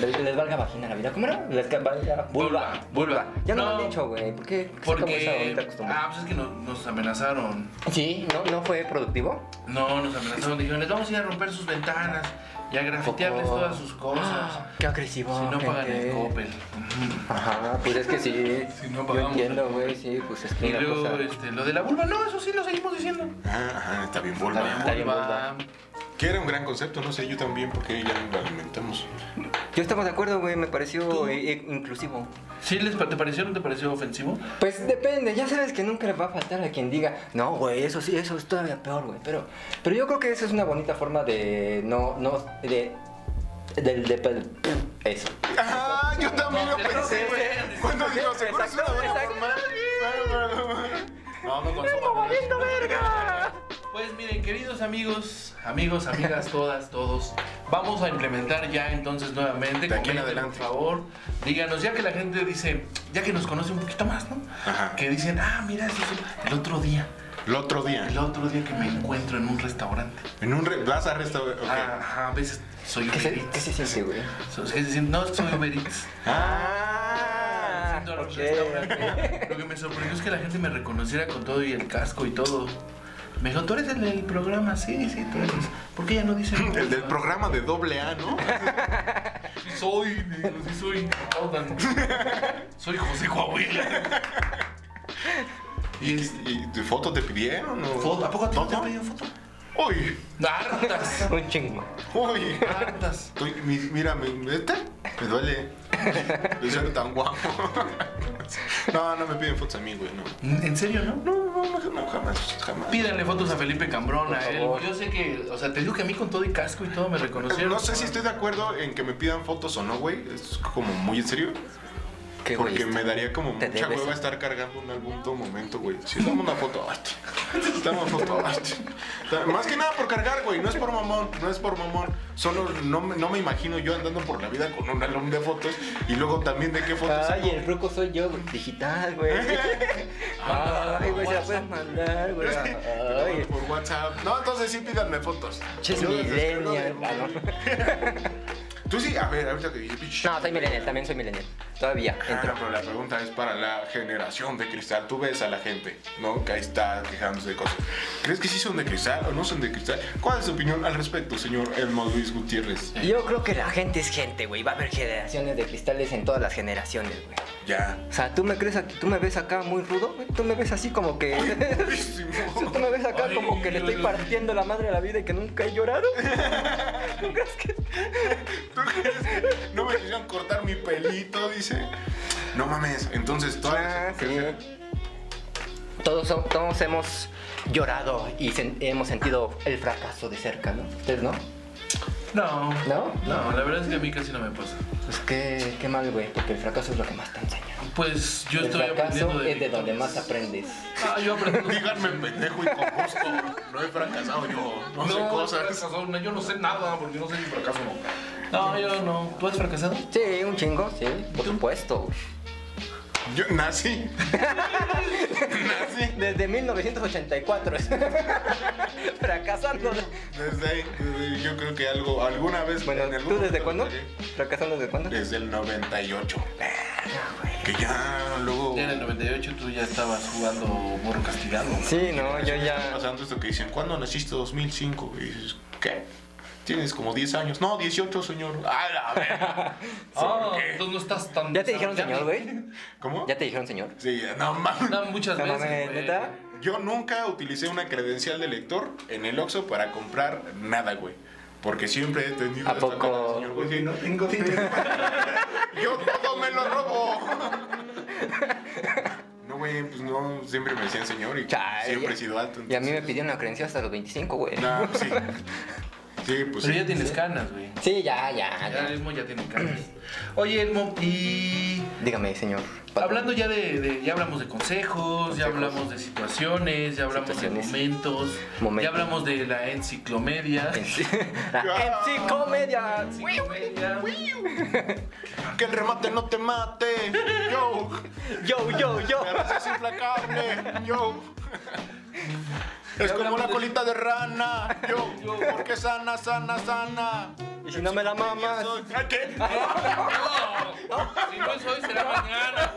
Les, les valga vagina la vida. ¿Cómo era? Les que valga. Vulva. Vulva. Ya no, lo No. han dicho, güey. ¿Por qué? ¿Por qué sacamos esa bonita Porque. costumbre? Ah, pues es que no- nos amenazaron. Sí, ¿no, no fue productivo? No, nos amenazaron. Dijeron, les vamos a ir a romper sus ventanas y a grafitearles Poco. todas sus cosas. Ah, qué agresivo. Si no pagan gente. el Coppel. Ajá, pues es que sí. Si no Yo pagamos. entiendo, güey. Sí, pues es que. Y una luego, cosa- este, lo de la vulva, no, eso sí lo seguimos diciendo. Ah, ajá, está bien La vulva. Está bien, vulva. Que era un gran concepto, no sé, yo también, porque ya lo alimentamos. Yo estamos de acuerdo, güey. Me pareció eh, eh, inclusivo. ¿Sí les, pa- te pareció no te pareció ofensivo? Pues depende, ya sabes que nunca le va a faltar a quien diga, no, güey, eso sí, eso es todavía peor, güey. Pero, pero yo creo que eso es una bonita forma de no, no, de, del, de, pel- eso. Ah, yo también lo pensé, sí, güey. sí. Cuando digo, seguro es una buena Exacto, forma. No, no Elmo valiendo verga. Pues miren, queridos amigos, amigos, amigas, todas, todos, vamos a implementar ya entonces nuevamente. De aquí en comenten, adelante. Por favor, díganos, ya que la gente dice, ya que nos conoce un poquito más, ¿no? Ajá. Que dicen, ah, mira, eso sí, el otro día, El otro día, el otro día que me encuentro en un restaurante. en un re- vas a restaurar. Ah, ajá, a veces soy ¿Qué Uber se, Eats. qué se siente, güey? So- es decir, no soy Uber Eats. Ah, Siento los ok, restaurantes. ok. Lo que me sorprendió es que la gente me reconociera con todo y el casco y todo. Me dijo, tú eres el del programa, sí, sí, tú eres. ¿Por qué ya no dicen? El del programa de doble A, ¿no? Sí soy, digo, sí soy. Oigan, Soy José Coahuila. ¿Y, y tu foto te pidieron? o- Foto, ¿A poco a ti no te ¿Foto? han pedido foto? Uy, Hartas. Un chingo. uy. Hartas. Uy, mi- mira, me, ¿este? me duele. De ser tan guapo. No, no me piden fotos a mí, güey. No, ¿En serio, no? no, no, no, no jamás, jamás. Pídanle fotos a Felipe Cambrón, a Por él. favor. Yo sé que, o sea, te digo que a mí con todo y casco y todo me reconocieron. No sé si estoy de acuerdo en que me pidan fotos o no, güey. Es como muy en serio. Qué güey Porque está. me daría como Te mucha debes. hueva estar cargando un álbum todo momento, güey. Si dame una foto, ay, te- dame una foto, ay, te- Más que nada por cargar, güey. No es por mamón, no es por mamón. Solo no, me- no me imagino yo andando por la vida con un álbum de fotos y luego también de qué fotos. Ay, saco. el ruco soy yo, güey. Digital, güey. Ay, güey, se la puedes mandar, güey. Ay, por WhatsApp. No, entonces sí pídanme fotos. Ches Yo les descargo millennial, de- ah, Tú sí, a ver, ahorita que dije, pinche. No, soy millennial, también soy millennial. Todavía, Ah, entro. pero la pregunta es para la generación de cristal. Tú ves a la gente, ¿no? Que ahí está quejándose de cosas. ¿Crees que sí son de cristal o no son de cristal? ¿Cuál es su opinión al respecto, señor Elmo Luis Gutiérrez? Yo creo que la gente es gente, güey. Va a haber generaciones de cristales en todas las generaciones, güey. Ya. O sea, tú me crees aquí, tú me ves acá muy rudo, güey. Tú me ves así como que. tú me ves acá Ay, como que le estoy güey. partiendo la madre a la vida y que nunca he llorado. ¿No crees que.? ¿Tú crees que no me quisieron cortar mi pelito? Dice. No mames, entonces Ah, todavía. se- sí. Todos, son- todos hemos llorado y sen- hemos sentido el fracaso de cerca, ¿no? ¿Ustedes no? No. ¿No? No, la verdad es que a mí casi no me pasa. Pues qué, qué mal, güey, porque el fracaso es lo que más te enseña. Pues yo el estoy aprendiendo fracaso de. es de donde victorias. más aprendes. Ah, yo aprendí. Díganme pendejo y con gusto. No he fracasado yo. No, sé cosas. fracasado, no, yo no sé nada porque no sé si fracaso o no. No, yo no. ¿Tú has fracasado? Sí, un chingo, sí, por supuesto. güey. Yo nací. nací. Desde 1984. Fracasando. Desde ahí, desde- yo creo que algo, alguna vez. en Bueno, algún ¿tú desde momento cuándo? llegué. ¿Fracasando desde cuándo? Desde el 98. Que ya luego. Ya en el 98 tú ya estabas jugando burro castigado. ¿no? Sí, no, yo Está ya. pasando esto que dicen, ¿cuándo naciste 2005? Y dices, ¿qué? Tienes como 10 años. No, 18, señor. A la verga. Ah, entonces no estás tan. Ya te dijeron señor, güey. ¿Cómo? Oh. Ya te dijeron señor. Sí, no mames. No, muchas No veces. mames, güey. ¿neta? Yo nunca utilicé una credencial de lector en el Oxxo para comprar nada, güey. Porque siempre he tenido ¿A esta poco? mala, señor, güey, sí, Pues no tengo fe. Yo todo me lo robo. No, güey, pues no, siempre me decían señor y Chale. siempre he sido alto. Y a mí me entonces- pidieron la creencia hasta los 25, güey. No, pues sí. Sí, pues Pero ya sí. tienes canas, güey. Sí, ya, ya, Ah, Ya ya. Elmo ya tiene canas. Oye, Elmo, y. Dígame, señor. Hablando ya de, de- ya hablamos de consejos, ya hablamos de situaciones, ya hablamos Situaciones. de momentos, Momentos. ya hablamos de la enciclomedia. La MC Comedia. Enciclomedia. Que el remate no te mate. Yo. Yo, yo, yo. La raza es implacable. Yo. Es como la colita de rana. Yo. Porque sana, sana, sana. Y si no me la mamas. Soy- ¿Ah, ¿Qué? No, si no es hoy será mañana.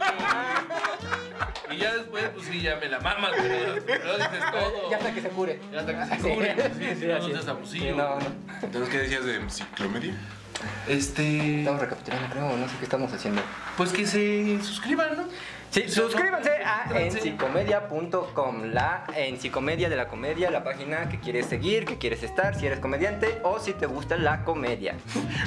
güey. Y ya después, pues sí, ya me la mamas, pero pero dices todo. Ya hasta que se cure. Ya hasta que se Sí. cure, pues, sí, si no, no así es. seas abusivo. Sí, No, no. Entonces, ¿qué decías de enciclomedia? Este, Estamos recapitulando, creo, no sé qué estamos haciendo. pues que se suscriban, ¿no? Sí, suscríbanse a suscríbanse. encicomedia.com, la encicomedia de la comedia, la página que quieres seguir, que quieres estar, si eres comediante o si te gusta la comedia.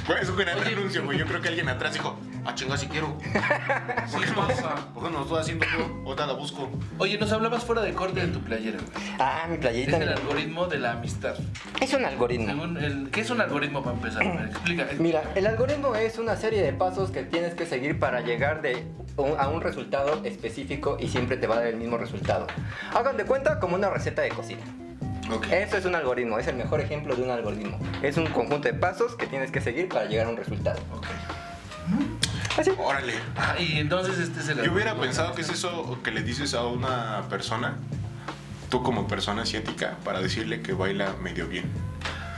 Güey, es un gran anuncio, güey. Yo creo que alguien atrás dijo, ah, chinga, si quiero. Sí, pasa. ¿Por qué no lo estoy haciendo yo? Ahorita la busco. Oye, nos hablabas fuera de corte de tu playera. güey. Ah, mi Es playerita. el mira. algoritmo de la amistad. Es un algoritmo. Según el- ¿Qué es un algoritmo para empezar? A ver, Explica. Mira, el algoritmo es una serie de pasos que tienes que seguir para llegar de un- a un resultado específico y siempre te va a dar el mismo resultado. Hagan de cuenta como una receta de cocina. Ok. Eso es un algoritmo, es el mejor ejemplo de un algoritmo. Es un conjunto de pasos que tienes que seguir para llegar a un resultado. Ok. Así. Órale. Ah, y entonces este es el Yo hubiera algoritmo. pensado que es eso que le dices a una persona, tú como persona asiática, para decirle que baila medio bien.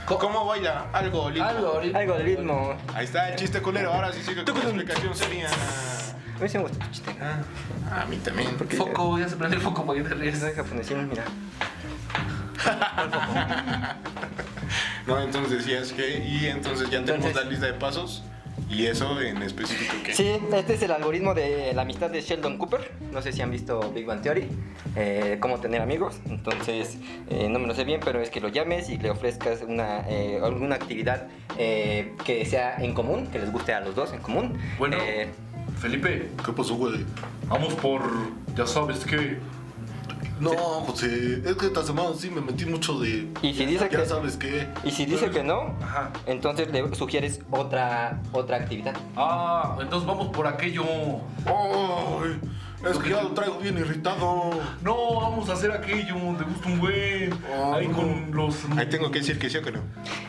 Co- ¿Cómo baila? Algo, lindo. Algoritmo. Algoritmo. Ahí está el chiste culero, ahora sí sigue con la explicación sería... A mí sí me gusta tu chiste. Ah, a mí también. Foco, ya se prende el foco para que te ríes. Soy japonesino, mira. No, entonces decías que... Y entonces ya tenemos Entonces- la lista de pasos. ¿Y eso en específico qué? Sí, este es el algoritmo de la amistad de Sheldon Cooper. No sé si han visto Big Bang Theory, eh, cómo tener amigos. Entonces, eh, no me lo sé bien, pero es que lo llames y le ofrezcas una, eh, alguna actividad eh, que sea en común, que les guste a los dos en común. Bueno. Eh, Felipe, ¿Qué pasó, güey? vamos por. Ya sabes que. No, José, es que esta semana sí me metí mucho de. Y si dice ya que- sabes qué. y si dice que no, Ajá. entonces le sugieres otra, otra actividad. Ah, entonces vamos por aquello. Ay, es que ya lo traigo bien irritado. No, vamos a hacer aquello. Te gusta un güey. Ahí con los. Ahí tengo que decir que sí o que no.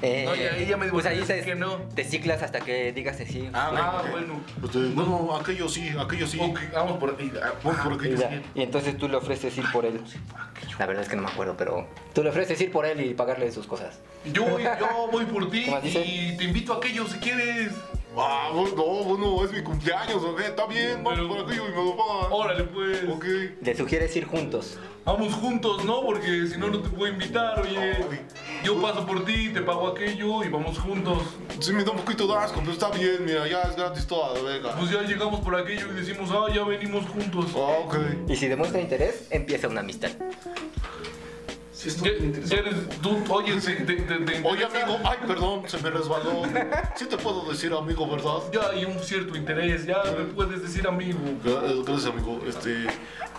Eh, No, ya- ahí ya me pues ahí divorcié, se- que no. te ciclas hasta que digas que sí. Ah, bueno. Pues Este, bueno, aquello sí, aquello sí. Ok, vamos por ahí. ah, Vamos por Y, aquello. ya, y entonces tú le ofreces ir por él. La verdad es que no me acuerdo, pero tú le ofreces ir por él y pagarle sus cosas. Yo, voy- yo voy por ti ¿Qué más dice? y te invito a aquello si quieres. Ah, pues no, bueno, es mi cumpleaños, ok, está bien, vamos Pero- por aquello y me lo Ah, pagan. Órale, pues. Ok. Le sugieres ir juntos. Vamos juntos, ¿no? Porque si no, no te puedo invitar, oye. Yo paso por ti, te pago aquello y vamos juntos. Sí, me da un poquito de asco, pero está bien, mira, ya es gratis toda, venga. Pues ya llegamos por aquello y decimos, ah, ya venimos juntos. Oh, Ah, ok. Y si demuestra interés, empieza una amistad. Sí, Ya- ya eres- tú, oye, te, te- te- te Oye, interesa- amigo, ay, perdón, se me resbaló. Sí te puedo decir, amigo, ¿verdad? Ya hay un cierto interés, ya me puedes decir amigo. eh, Gra- Gracias, amigo. Este,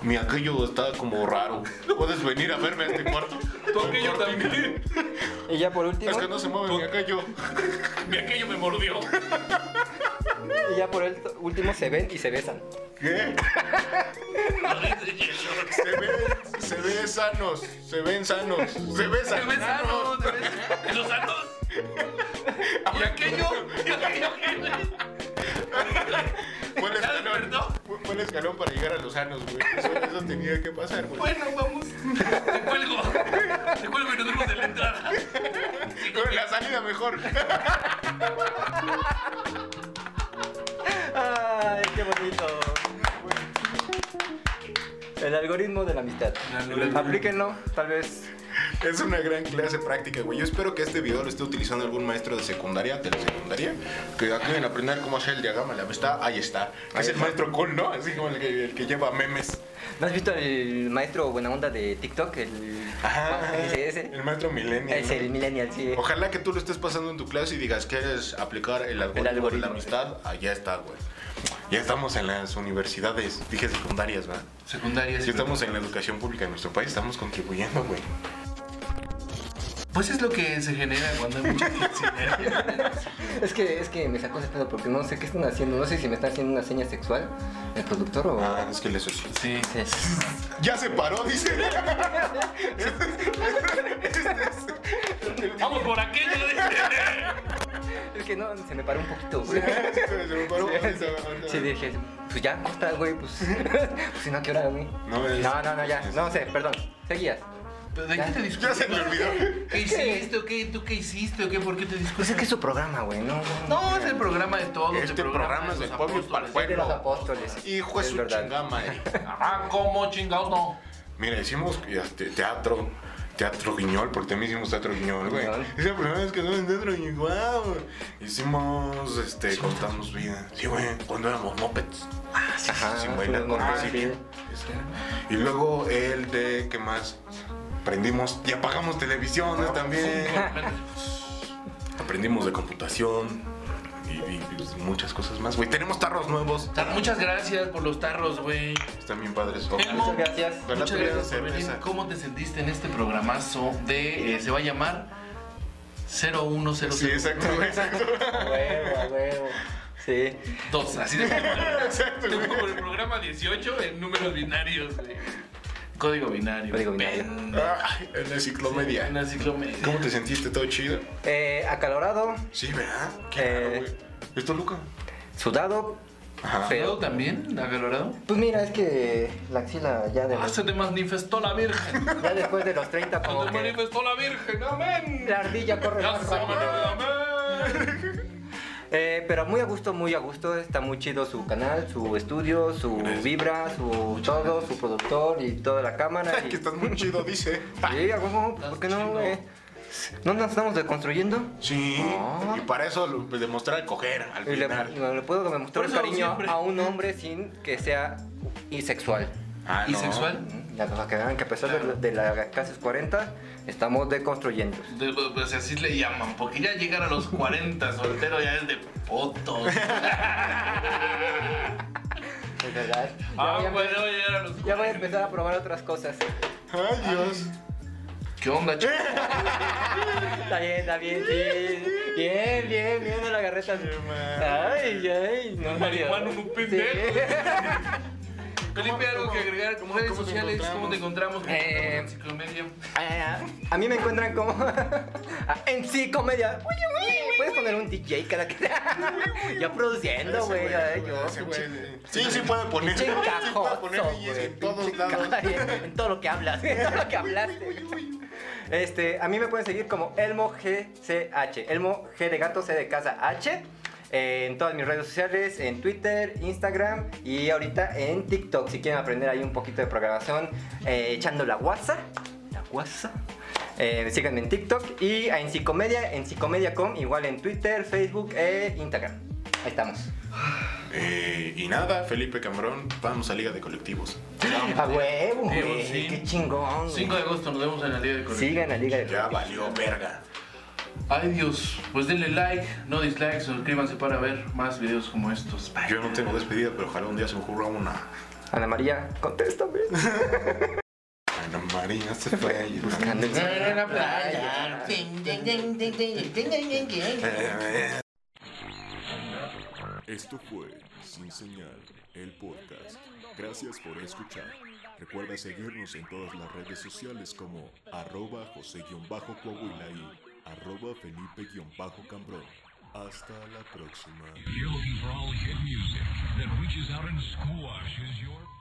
mi aquello está como raro. Puedes venir a verme a este cuarto. Tú aquello también. Y ya por último, Es que no se mueve ni acá yo. Mi aquello me mordió. y ya por el último se ven y se besan. ¿Qué? Se ven, se ven sanos, se ven sanos, se besan. Te ves sano, te ves ¿En los sanos? ¿Y aquello? ¿Y aquello qué? ¿Cuál ¿Ya escalón? despertó? ¿Cuál escalón para llegar a los sanos, güey? Eso, eso tenía que pasar, güey. Bueno, vamos. Te cuelgo. Te cuelgo y nos vemos en la entrada. Con la salida mejor. ¡Ay, qué bonito! El algoritmo de la amistad. Aplíquenlo, tal vez. Es una gran clase práctica, güey. Yo espero que este video lo esté utilizando algún maestro de secundaria, de la secundaria, que acaben de aprender cómo hacer el diagrama de la amistad. Ahí está. es el maestro cool, ¿no? Así como el que, el que lleva memes. ¿No has visto el maestro buena onda de TikTok? El, ese, ese. El maestro millennial. Es ¿no? el millennial, sí. Ojalá que tú lo estés pasando en tu clase y digas, ¿quieres aplicar el algoritmo, de algoritmo, la amistad? Allá está, güey. Ya estamos en las universidades, dije secundarias, ¿verdad? Secundaria, Ya estamos en la educación pública de nuestro país, estamos contribuyendo, güey. Pues es lo que se genera cuando hay mucha flexibilidad. Es que, es que me sacó ese pedo porque no sé qué están haciendo. No sé si me están haciendo una seña sexual el productor o. Ah, es que le sucio. Sí. Sí. Ya se paró, dice. Vamos por aquello. Es que no, se me paró un poquito, Se güey. me paró. Sí, dije, pues ya, corta, güey, pues. pues si no, ¿qué hora, güey? No, es- no, no, no, ya, no sé, perdón. Seguías. ¿De qué te Ya se me olvidó. ¿Qué hiciste? ¿O qué? ¿Tú qué hiciste? ¿O qué? ¿Por qué te Pues es que es disculpas? su programa, güey, no. No, es el programa de todos. el Este programa es del los pueblo para el apóstoles. De los pueblo. apóstoles. Hijo de su verdad. chingama, eh. Ah, ¿cómo chingados no? Mira, hicimos este, teatro, teatro guiñol, porque también hicimos teatro guiñol, güey. Guiñol. Es la primera vez que estamos en teatro guiñol. Hicimos, este, contamos vida. Sí, güey, cuando éramos mopeds. Ah, sí, Ajá, sí, güey, la fuimos cortesía. mopeds, Este, Y luego el de, ¿qué más? Aprendimos y apagamos televisiones también. Aprendimos de computación y, y- y muchas cosas más, güey. Tenemos tarros nuevos. O sea, muchas gracias por los tarros, güey. Están bien padres. Ojalá- Elmo, Muchas gracias. ojalá muchas tuvieran gracias por venir. cerveza. ¿Cómo te sentiste en este programazo de... eh, se va a llamar 01002? Sí, exacto, güey, exacto. A huevo, a huevo. Sí. Así de Exacto, Te güey. pongo por el programa 18 en números binarios, güey. Código binario. Código binario. Pen- Ay, en la ciclomedia. Una ciclomedia. ¿Cómo te sentiste? ¿Todo chido? Eh, acalorado, Sí, ¿verdad? Eh. raro, güey. ¿Es Toluca? sudado, Ajá. ¿Pero feo. también? ¿Acalorado? Pues mira, es que la axila ya, de, Ah, se te manifestó la Virgen. ya después de los 30 Se como te que manifestó la Virgen. Amén. la ardilla corre Ya más se rápido. manifestó. Amén. Eh, pero muy a gusto, muy a gusto. Está muy chido su canal, su estudio, su vibra, su todo, su productor y toda la cámara. Ay, y- que estás muy chido, dice. Sí, a huevo, ¿por qué no, chido. güey? ¿No nos estamos deconstruyendo? Sí. Ah. Y para eso lo- pues, demostrar coger al Y Le, final. le puedo Por demostrar eso cariño siempre. a un hombre sin que sea isexual. Ah, ¿Y no. sexual? Ya para que vean que a pesar de, de las casi 40, estamos deconstruyendo. De- pues así le llaman, porque ya llegar a los 40 soltero ya es de potos. Es verdad. Ya voy Ah, a- bueno, ya llegar a los 40. ya voy a empezar a probar otras cosas. Ay, Dios. ¿Qué onda, chico? Está bien, está bien, sí. Bien, bien, bien, no la agarré tan. Ay, ay, no. Un marihuano, un pendejo. Sí. Felipe, algo que agregar, como redes cómo te sociales, ¿cómo te encontramos? ¿Cómo te Eh, encontramos en Ciclomedia? Ah, a mí me encuentran como en sí comedia. Uy, uy, uy. Puedes poner un DJ cada que ya produciendo, güey. ay, yo, Ese güey, pinche- sí. Sí, sí puede poner. pinche Sí puede encajoso, poner DJs güey, en todos pinche lados. encajo- En todo lo que hablas, en todo lo que hablaste. Este, a mí me pueden seguir como Elmo GCH, Elmo G de gato, C de casa H. eh, En todas mis redes sociales, en Twitter, Instagram y ahorita en TikTok. Si quieren aprender ahí un poquito de programación, eh, echando la guasa. La guasa. Eh, síganme en TikTok y en Psicomedia, en Psicomedia.com, igual en Twitter, Facebook e Instagram. Ahí estamos. Eh, y nada, Felipe Cambrón, vamos a Liga de Colectivos. A huevo, Sí, güey, Eh, sí. Qué chingón. 5 de agosto nos vemos en la Liga de Colegio. Sigan la Liga de Ya valió verga. Ay Dios, pues denle like, no dislike, suscríbanse para ver más videos como estos. Bye. Yo no tengo despedida, pero ojalá un día se me ocurra una. Ana María, contéstame. Ana María se fue. y- Buscando el- En la playa. Esto fue Sin Señal, el podcast. Gracias por escuchar. Recuerda seguirnos en todas las redes sociales como arroba José-Coahuila y arroba Felipe-Cambrón. Hasta la próxima. You're looking for all hit music that reaches out and squashes your.